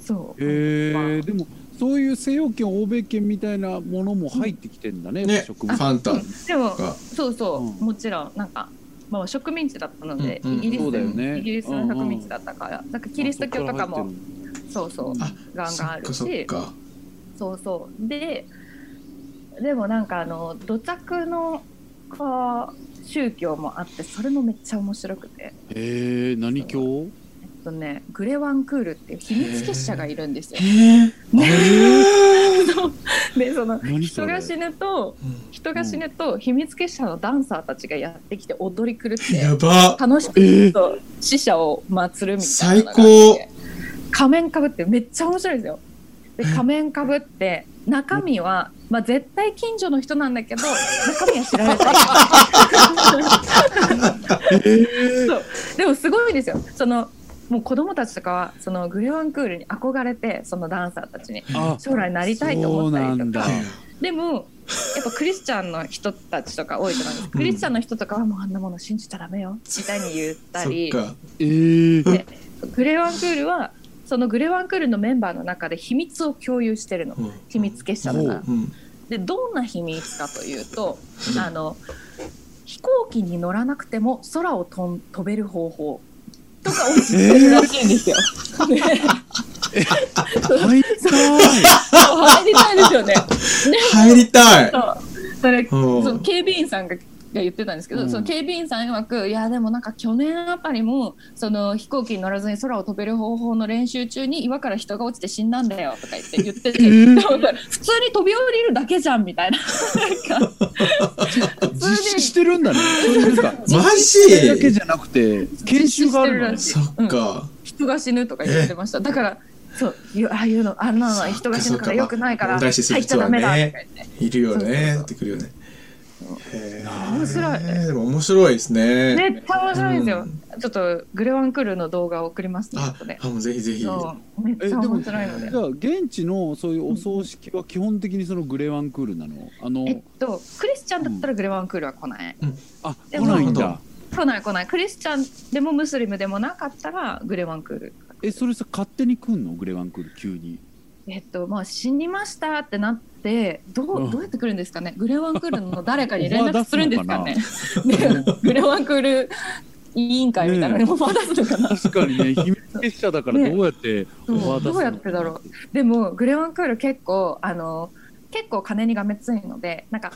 Speaker 3: そう、
Speaker 2: へえでもそういう西洋圏欧米圏みたいなものも入ってきてんだね
Speaker 1: ねフ
Speaker 2: 食物
Speaker 1: ァンタ
Speaker 3: でも
Speaker 1: が
Speaker 3: そうそう、
Speaker 2: うん
Speaker 3: もちろんなんか、まあ、植民地だったので、
Speaker 1: うんうん
Speaker 3: イギリス
Speaker 2: そうだよね
Speaker 3: イギリスの植民地だったから、なんかキリスト教とかもそうそう
Speaker 2: あ
Speaker 3: ガンガンあるし
Speaker 1: そっかそっか
Speaker 3: そうそうででもなんかあの土着のこう宗教もあってそれもめっちゃ面白くて、
Speaker 2: へえ何教
Speaker 3: えっとね、グレワンクールっていう秘密結社がいる んですよ
Speaker 1: へ。えへ
Speaker 3: ね
Speaker 1: え
Speaker 3: でその
Speaker 2: 何そ
Speaker 3: 人
Speaker 2: れ
Speaker 3: が死ぬと人が死ぬと秘密結社のダンサーたちがやってきて踊り狂って
Speaker 1: やば
Speaker 3: 楽しく
Speaker 2: えー
Speaker 3: そう死者を祀るみたいなのがあって仮面かぶってめっちゃ面白いですよで仮面かぶって中身は、まあ、絶対近所の人なんだけど中身は知られたいそうでもすごいですよそのもう子供たちとかはそのグレワンクールに憧れてそのダンサーたちに
Speaker 2: あ
Speaker 3: 将来なりたいと思った
Speaker 2: そうな
Speaker 3: り
Speaker 2: ん
Speaker 3: と
Speaker 2: だ
Speaker 3: かでもやっぱクリスチャンの人たちとか多いと思うんですクリスチャンの人とかはもうあんなもの信じちゃダメよみたいに言った
Speaker 1: そっ
Speaker 3: り
Speaker 1: か
Speaker 2: えー
Speaker 3: でグレワンクールはそのグレワンクールのメンバーの中で秘密を共有してるの
Speaker 1: うん
Speaker 3: 秘密結社だから
Speaker 2: お。
Speaker 1: うん
Speaker 3: でどんな秘密かというとあの飛行機に乗らなくても空を飛ん飛べる方法とかを知ってるらしいんですよ。ね
Speaker 2: 入りた
Speaker 3: 入りたいですよね。ね
Speaker 1: 入りたい
Speaker 3: そうそれ
Speaker 1: うん
Speaker 3: その警備員さんがが言ってたんですけど、
Speaker 2: うん
Speaker 3: その警備員さん曰くいやでもなんか去年あたりもその飛行機に乗らずに空を飛べる方法の練習中に岩から人が落ちて死んだんだよとか言って言ってて、でもさ普通に飛び降りるだけじゃんみたいななんか
Speaker 2: い実施してるんだねそういうなんか
Speaker 1: マ
Speaker 2: それだけ
Speaker 1: ジ
Speaker 2: じゃなくて研修があるのね
Speaker 3: 実施して
Speaker 1: そっか
Speaker 3: 人が死ぬとか言ってましただからそういうああいうのあんなのは人が死ぬからよくないから
Speaker 1: そっ
Speaker 3: 入
Speaker 1: か
Speaker 3: っ
Speaker 1: そっか
Speaker 3: ちゃダメだとか言って、
Speaker 1: いるよね
Speaker 3: そうそうそう
Speaker 1: ってくるよねへー
Speaker 3: 面白い
Speaker 1: でも面白いですね
Speaker 3: めっちゃ面白いんですよ
Speaker 1: う、
Speaker 3: ちょっとグレワンクールの動画を送りますね
Speaker 1: あ
Speaker 3: 後で
Speaker 1: あもうぜひぜひ
Speaker 3: そうめっちゃ面白いので
Speaker 2: じゃあ現地のそういうお葬式は基本的にそのグレワンクールなのあの
Speaker 3: えっと、クリスチャンだったらグレワンクールは来ない。
Speaker 2: あ来
Speaker 3: でも
Speaker 2: ないんだ
Speaker 3: 来ない来ない。クリスチャンでもムスリムでもなかったらグレワンクール。
Speaker 2: えそれさ勝手に来んのグレワンクール急に
Speaker 3: えっと、まあ死にましたってなって、ど
Speaker 2: う
Speaker 3: うんどうやって来るんですかね。グレワンクールの誰かに連絡するんですかね。ね
Speaker 2: 確
Speaker 3: グレワンクール委員会みたいなのも出すのかな。
Speaker 2: かに ね秘密結社だから
Speaker 3: ね
Speaker 2: どうやって
Speaker 3: そう
Speaker 2: オファー出すの
Speaker 3: どうやってだろうでもグレワンクール結構あの結構金にがめついので、なんか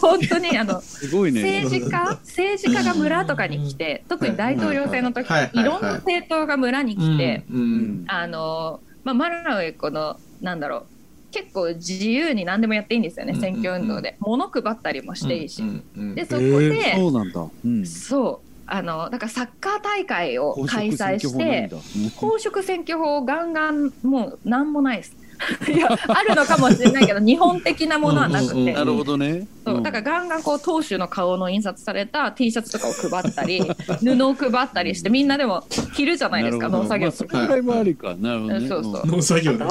Speaker 3: 本当にあの
Speaker 2: すごいね
Speaker 3: 政治家政治家が村とかに来て特に大統領選の時
Speaker 1: はいはいはい
Speaker 3: いろんな政党が村に来て、
Speaker 1: うん
Speaker 2: うん
Speaker 3: あのまあ、マラウイこのなんだろう結構自由に何でもやっていいんですよね
Speaker 1: うんうんうん
Speaker 3: 選挙運動で、物配ったりもしていいし、
Speaker 1: うんうんうん
Speaker 3: でそ
Speaker 2: え
Speaker 3: こで、
Speaker 2: ーそうなんだ。うん。
Speaker 3: そうあのだからサッカー大会を開
Speaker 2: 公
Speaker 3: 催
Speaker 2: 職選挙法
Speaker 3: し
Speaker 2: ないん
Speaker 3: て
Speaker 2: だ
Speaker 3: 公職選挙法ガンガンもう何もないです いやあるのかもしれないけど日本的なものはなくて、
Speaker 1: うんうんうん
Speaker 2: なるほどね。
Speaker 3: そうだからガンガンこう党首の顔の印刷された T シャツとかを配ったり布を配ったりしてみんなでも着るじゃないですか
Speaker 2: なるほ
Speaker 3: 農
Speaker 2: ど
Speaker 3: 作業
Speaker 2: まあそれぐらいもありか。なるほどね。
Speaker 3: そうそう
Speaker 1: 農作業
Speaker 3: あと
Speaker 1: だ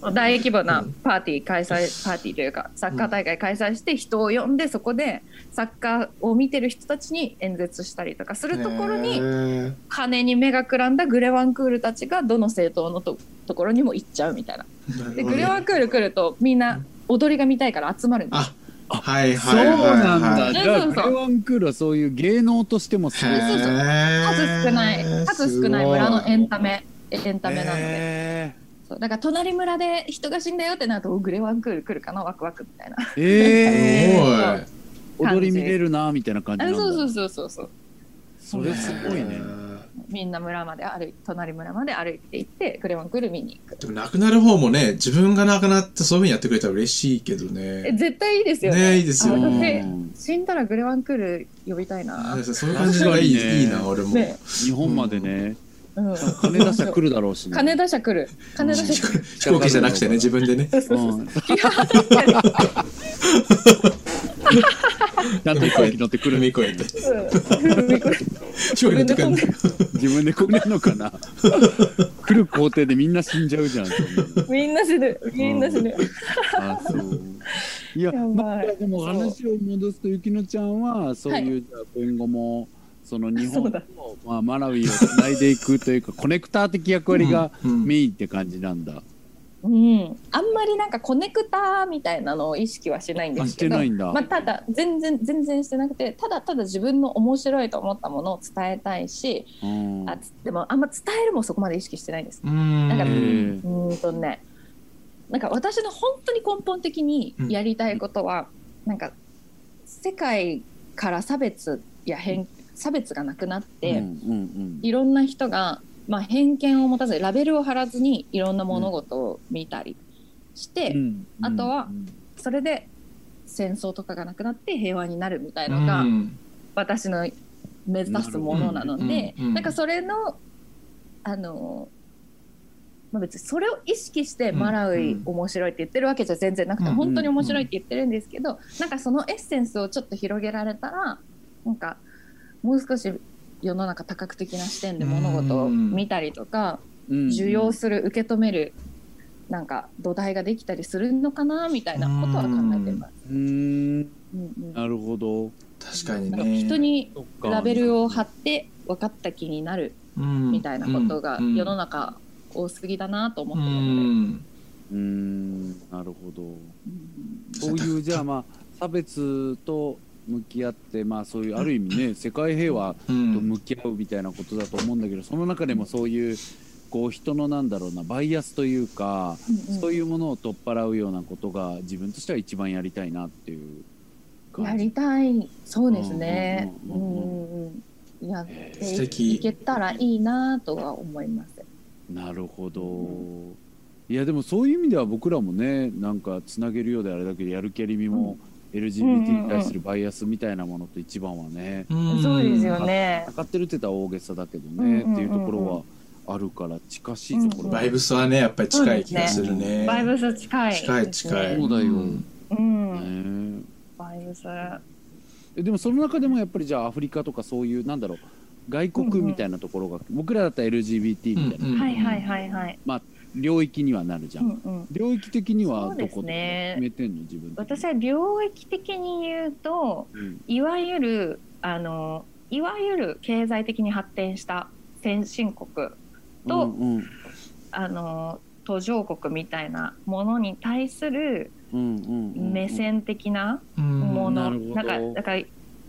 Speaker 3: は大規模なパーティー開催パーティーというかサッカー大会開催して人を呼んでそこでサッカーを見てる人たちに演説したりとかするところ
Speaker 1: へ
Speaker 3: に
Speaker 1: ー
Speaker 3: 金に目がくらんだグレワンクールたちがどの政党のとところにも行っちゃうみたいな。でグレワンクール来るとみんな踊りが見たいから集まるんです
Speaker 1: あはい
Speaker 2: そう
Speaker 1: はいはいはい
Speaker 2: なんだ。じゃあ
Speaker 3: そう
Speaker 2: グ
Speaker 3: そう
Speaker 2: レワンクールはそういう芸能としてもすごい
Speaker 1: へー
Speaker 3: そうそう数少ない数少ない村のエンタメエンタメなので、
Speaker 2: え
Speaker 3: そうだから隣村で人が死んだよってなるとおグレワンクール来るかなワクワクみたいな
Speaker 2: ーえー
Speaker 1: すごい
Speaker 2: 踊り見れるなみたいな感じ
Speaker 3: あ
Speaker 2: なんだ。
Speaker 3: そうそうそうそうそう
Speaker 2: それすごいね。
Speaker 3: みんな村まで歩い隣村まで歩いて行ってグレワンクール見に行く
Speaker 1: でも亡くなる方もね自分が亡くなってそういうふうにやってくれたら嬉しいけど
Speaker 3: え
Speaker 1: ね
Speaker 3: 絶対いいですよね
Speaker 1: ねいいですよ
Speaker 3: あ
Speaker 1: ね
Speaker 3: 私死んだらグレワンクール呼びたいな、
Speaker 1: そういう感じがいい,、
Speaker 2: 確かにね
Speaker 1: いいな俺も、
Speaker 3: ね
Speaker 2: 日本までね、
Speaker 3: うん、
Speaker 2: 金出したら来るだろうしね。
Speaker 3: 金出しゃ来る金出しゃ来る
Speaker 1: 飛行機じゃなくてね自分でね
Speaker 2: うんちゃんと飛行機乗ってく
Speaker 1: 踏み
Speaker 2: る。
Speaker 1: 越え て
Speaker 3: う
Speaker 1: 飛行機乗ってくるんだ
Speaker 2: 自分で来れんのかな。来る工程でみんな死んじゃうじゃん。そんなの
Speaker 3: んみんな死ぬみんな死ぬ
Speaker 2: あそう。いや、
Speaker 3: やばい
Speaker 2: まあ、でも話を戻すと、ゆきのちゃんは、そういう、じゃあ今後も。その日
Speaker 3: そう
Speaker 2: 本
Speaker 3: だ
Speaker 2: と、まあ、マラウイを繋いでいくというか、コネクター的役割が
Speaker 1: うんうん
Speaker 2: メインって感じなんだ。
Speaker 3: うん、あんまりなんかコネクターみたいなのを意識はしないんですけど
Speaker 2: あしてないんだ
Speaker 3: まあ、ただ全然全然してなくてただただ自分の面白いと思ったものを伝えたいし、
Speaker 2: うん
Speaker 3: あつでもあんま伝えるもそこまで意識してないです。
Speaker 1: うーん
Speaker 3: なんか
Speaker 2: えー
Speaker 3: うーんとねなんか私の本当に根本的にやりたいことは、なんか世界から差別や偏差別がなくなって、
Speaker 2: うんうん
Speaker 3: いろんな人が、まあ、偏見を持たずラベルを貼らずにいろんな物事を見たりして。
Speaker 2: うん
Speaker 3: あとは
Speaker 2: うん
Speaker 3: それで戦争とかがなくなって平和になるみたいの
Speaker 1: う
Speaker 3: が
Speaker 1: ん
Speaker 3: 私の目指すものなので
Speaker 1: うんうんうん
Speaker 3: なんかそれのあの、まあ、別にそれを意識して
Speaker 1: うん
Speaker 3: マラウ
Speaker 1: う
Speaker 3: イ
Speaker 1: ん
Speaker 3: 面白いって言ってるわけじゃ全然なくて
Speaker 1: うん
Speaker 3: 本当に面白いって言ってるんですけどなんかそのエッセンスをちょっと広げられたらなんかもう少し世の中多角的な視点で物事を見たりとか。
Speaker 2: うん
Speaker 3: 受容する受け止めるなんか土台ができたりするのかなみたいなことは考えてます。
Speaker 2: うーん
Speaker 3: うんうん
Speaker 2: なるほど
Speaker 1: 確かに
Speaker 3: なんか
Speaker 1: ね
Speaker 3: 人に
Speaker 2: そっか
Speaker 3: ラベルを貼って分かった気になるみ
Speaker 1: み
Speaker 3: たいなことが世の
Speaker 1: 中
Speaker 3: 中多すぎだなと思って
Speaker 1: う
Speaker 3: るので
Speaker 1: ん
Speaker 2: うーんなるほ ど
Speaker 3: うん
Speaker 2: そういうじゃあまあ差別と向き合ってまあそういうある意味ね世界平和
Speaker 1: う
Speaker 2: と
Speaker 1: ん
Speaker 2: 向き合うみたいなことだと思うんだけどその中でもそういうこう人のなんだろうなバイアスというか
Speaker 3: うん
Speaker 2: そういうものを取っ払うようなことが自分としては一番やりたいなっていう
Speaker 3: うんや
Speaker 2: 感じ
Speaker 3: りたいそうですね。
Speaker 2: う
Speaker 3: うん
Speaker 2: うんうん
Speaker 3: うんやって
Speaker 2: えー
Speaker 1: 素
Speaker 3: い
Speaker 1: 敵
Speaker 3: いけたらいいなとは思います。
Speaker 2: なるほど、
Speaker 3: う
Speaker 2: いやでもそういう意味では僕らもねなんかつなげるようであれだけどやる気ありみも LGBT に対するバイアスみたいなものと一番はね
Speaker 1: うん
Speaker 3: そうですよ
Speaker 2: よ
Speaker 3: ね。
Speaker 2: 上がってるって言ったら大げさだけど
Speaker 3: うんうん
Speaker 2: ね、
Speaker 3: うんうん
Speaker 2: っていうところはあるから近しいところ
Speaker 1: バイブスはねやっぱり近い気がするね
Speaker 3: バイブス近い。
Speaker 1: 近い近い
Speaker 2: そうだよ
Speaker 1: ん
Speaker 3: うん。
Speaker 2: ね
Speaker 3: バイブス。
Speaker 2: えでもその中でもやっぱりじゃあアフリカとかそういうなんだろう外国みたいなところが、僕らだったら LGBT みたいな、
Speaker 1: うんうん
Speaker 3: はいはいはいはい。
Speaker 2: 領域にはなるじゃ、
Speaker 3: うんんうん。
Speaker 2: 領域的には
Speaker 3: そう
Speaker 2: ど
Speaker 3: で
Speaker 2: こ
Speaker 3: す
Speaker 2: とか
Speaker 3: ね
Speaker 2: 決めてんの自分的に
Speaker 3: 私は領域的に言うと、
Speaker 2: うん
Speaker 3: いわゆるあのいわゆる経済的に発展した先進国と
Speaker 2: うんうん
Speaker 3: あの途上国みたいなものに対する
Speaker 2: うんうんうんうん
Speaker 3: 目線的な
Speaker 1: うん
Speaker 3: もの、
Speaker 2: うんうんなる
Speaker 3: なん
Speaker 2: ほ
Speaker 3: か
Speaker 2: ど
Speaker 3: だから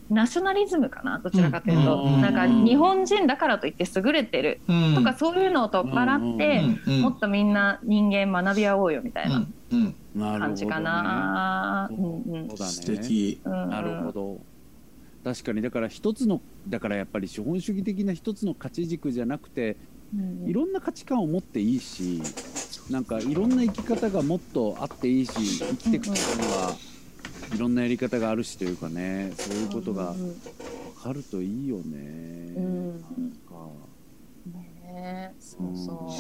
Speaker 3: ナショナリズムかなどちらかというと、
Speaker 2: うん
Speaker 3: なんか日本人だからといって優れてる
Speaker 1: うん
Speaker 3: とか、そういうのを取っ払って、
Speaker 1: うんうん
Speaker 3: もっとみんな人間学び合おうよみたいな
Speaker 1: うんうん
Speaker 3: 感じか
Speaker 2: な
Speaker 3: な。
Speaker 2: る
Speaker 3: う
Speaker 2: ほ
Speaker 3: んうん
Speaker 2: そうだね
Speaker 1: 素敵
Speaker 3: うん
Speaker 2: なるほど確かにだから一つのだからやっぱり資本主義的な一つの価値軸じゃなくて
Speaker 3: うん
Speaker 2: いろんな価値観を持っていいしなんかいろんな生き方がもっとあっていいし生きていくためにはいろんなやり方があるしというかねそういうことが分かるといいよね。
Speaker 3: うん
Speaker 2: なんか
Speaker 3: ねえそう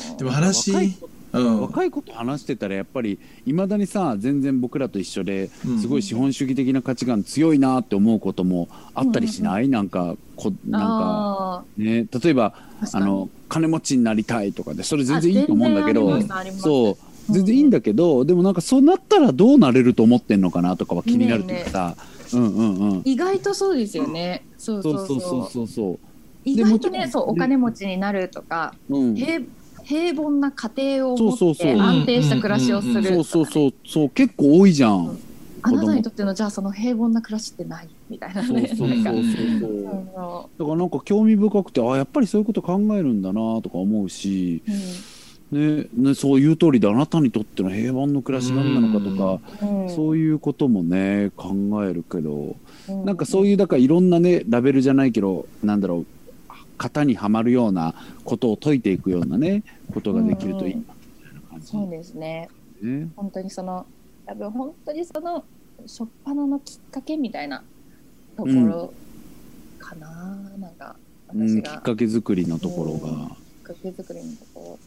Speaker 3: そう、
Speaker 1: でも話
Speaker 2: 若い子
Speaker 1: うん
Speaker 2: 若い子と話してたらやっぱりいまだにさ全然僕らと一緒ですごい資本主義的な価値観強いなって思うこともあったりしない、なんかこなんか、
Speaker 3: あ
Speaker 2: ね、例えば
Speaker 3: ー確か
Speaker 2: あ
Speaker 3: に
Speaker 2: の金持ちになりたいとかでそれ全然いいと思うんだけ
Speaker 3: あ
Speaker 2: ど
Speaker 3: 全然あります
Speaker 2: そう
Speaker 3: うん
Speaker 2: 全然いいんだけど、でもなんかそうなったらどうなれると思ってんのかなとかは気になるというかさ、うんうんうん
Speaker 3: 意外とそうですよね、そう
Speaker 2: そ
Speaker 3: そう
Speaker 2: うそう
Speaker 3: そ
Speaker 2: うそうそうそ
Speaker 3: 意外と
Speaker 2: でもちろ
Speaker 3: ね
Speaker 2: ん
Speaker 3: そうお金持ちになるとか、
Speaker 2: う、うん、
Speaker 3: 平平凡な家庭を持
Speaker 2: そう
Speaker 3: っ
Speaker 2: そうそ
Speaker 3: て
Speaker 2: う
Speaker 3: 安定した暮らしをするとか
Speaker 2: そ
Speaker 3: ね
Speaker 2: うそうそうそう結構多いじゃん。
Speaker 3: あなたにとってのじゃあその平凡な暮らしってないみたいな
Speaker 2: そう
Speaker 3: ね
Speaker 2: そうそう
Speaker 3: な
Speaker 2: そ
Speaker 3: んか
Speaker 2: う
Speaker 3: あ
Speaker 2: そう
Speaker 3: の
Speaker 2: だからなんか興味深くてあやっぱりそういうこと考えるんだなとか思うし、ねね、そういう通りであなたにとっての平凡の暮らしなんなのかと
Speaker 3: うんう
Speaker 2: か
Speaker 3: ん
Speaker 2: そういうこともね考えるけど
Speaker 3: う
Speaker 2: なんかそういうだからいろんなねラベルじゃないけどなんだろう型にはまるようなことを解いていくようなねことができるといいなみたいな感じ
Speaker 3: そうですね
Speaker 2: ね。
Speaker 3: 本当にその多分本当にその初っ端のきっかけみたいなところかな、なんか
Speaker 2: うん、
Speaker 3: 私
Speaker 2: きっ
Speaker 3: が
Speaker 2: かけ作りのところが、
Speaker 3: きっかけ作りのとこ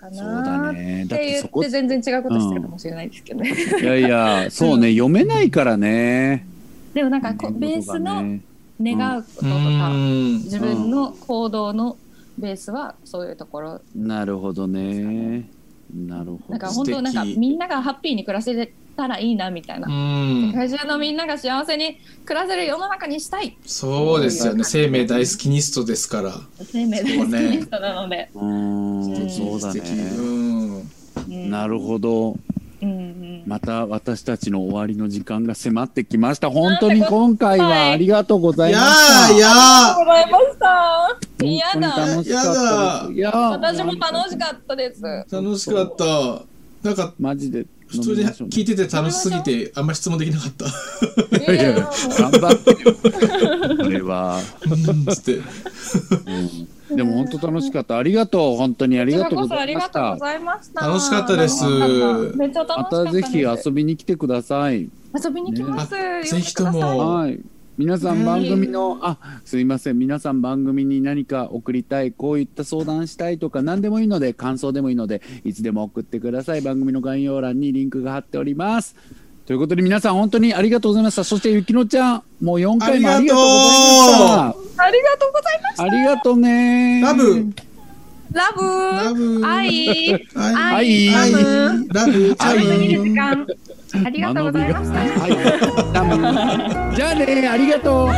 Speaker 3: ろか
Speaker 2: そ
Speaker 3: な
Speaker 2: うだね
Speaker 3: っ
Speaker 2: だってて
Speaker 3: 言
Speaker 2: そこ
Speaker 3: って全然違うことしてるかもしれないですけどね、
Speaker 2: いやいや そうね読めないからね。
Speaker 3: でもなんかこうベースの願うこととか、
Speaker 1: うん
Speaker 3: 自分の行動のベースはそういうところ
Speaker 2: なるほどね。なるほど。
Speaker 3: なんか本当なんか
Speaker 1: 素敵
Speaker 3: みんながハッピーに暮らせたらいいなみたいな、
Speaker 1: うん
Speaker 3: 世界中のみんなが幸せに暮らせる世の中にしたい
Speaker 1: そうですよね
Speaker 3: そうい
Speaker 1: 生
Speaker 3: う感じ
Speaker 1: 命大好きニストですから
Speaker 3: 生命大好きな人なので、
Speaker 2: うーん、そうだ
Speaker 1: 素敵
Speaker 2: ね。
Speaker 1: うん
Speaker 3: うん
Speaker 2: なるほど。
Speaker 3: うんうん
Speaker 2: また私たちの終わりの時間が迫ってきました。本当に今回
Speaker 3: は
Speaker 2: はいありがとうござ
Speaker 1: い
Speaker 2: い
Speaker 1: や
Speaker 2: まし
Speaker 1: ー
Speaker 2: た。
Speaker 1: いや
Speaker 3: ありがとうございました
Speaker 2: 本当に
Speaker 3: やだ
Speaker 2: 楽しかったです。いやー
Speaker 3: 私も楽しかったです
Speaker 1: ー楽しかったなんか
Speaker 2: マジで。
Speaker 1: 普通に 聞いてて楽しすぎてあんま質問できなかった
Speaker 3: いやいやもう
Speaker 2: 頑張ってよ。これは。
Speaker 1: うんつ って
Speaker 2: うんでも本当楽しかった。ありがとう。本当にありがとうございま
Speaker 3: こ
Speaker 2: し
Speaker 3: ちらこそあ
Speaker 2: た
Speaker 3: りがとうご。ざいました
Speaker 1: 楽しかったです
Speaker 3: 楽しかっためっちゃ楽しか
Speaker 2: ま
Speaker 3: った
Speaker 2: たぜひ
Speaker 3: です
Speaker 2: 遊びに来てください。
Speaker 3: 遊びに来ます、
Speaker 1: ね
Speaker 3: 呼んでください
Speaker 1: ぜひとも
Speaker 2: はい。皆さ
Speaker 1: ね
Speaker 2: ん番組の、あ、すいません。皆さん番組に何か送りたい、こういった相談したいとか、何でもいいので、感想でもいいので、いつでも送ってください。番組の概要欄にリンクが貼っております。ということで皆さん本当にありがとうございました。そしてゆきのちゃん、もう4回もあ
Speaker 1: あ
Speaker 2: り
Speaker 1: り
Speaker 2: が
Speaker 1: が
Speaker 2: と
Speaker 1: と
Speaker 2: う
Speaker 1: う
Speaker 2: ございまし
Speaker 3: あり
Speaker 2: た。あ
Speaker 3: がとうございました
Speaker 2: りがとうね。
Speaker 1: ラブ
Speaker 3: ラブ
Speaker 1: ラブ
Speaker 3: 愛
Speaker 1: はい
Speaker 2: 愛
Speaker 3: 愛ラ
Speaker 1: は
Speaker 3: ブ
Speaker 1: いラブチ
Speaker 3: ちょ
Speaker 1: ャ
Speaker 3: い過ぎる
Speaker 1: ム
Speaker 3: 時間ありがとうございました
Speaker 2: はい。じゃあね、ありがとう。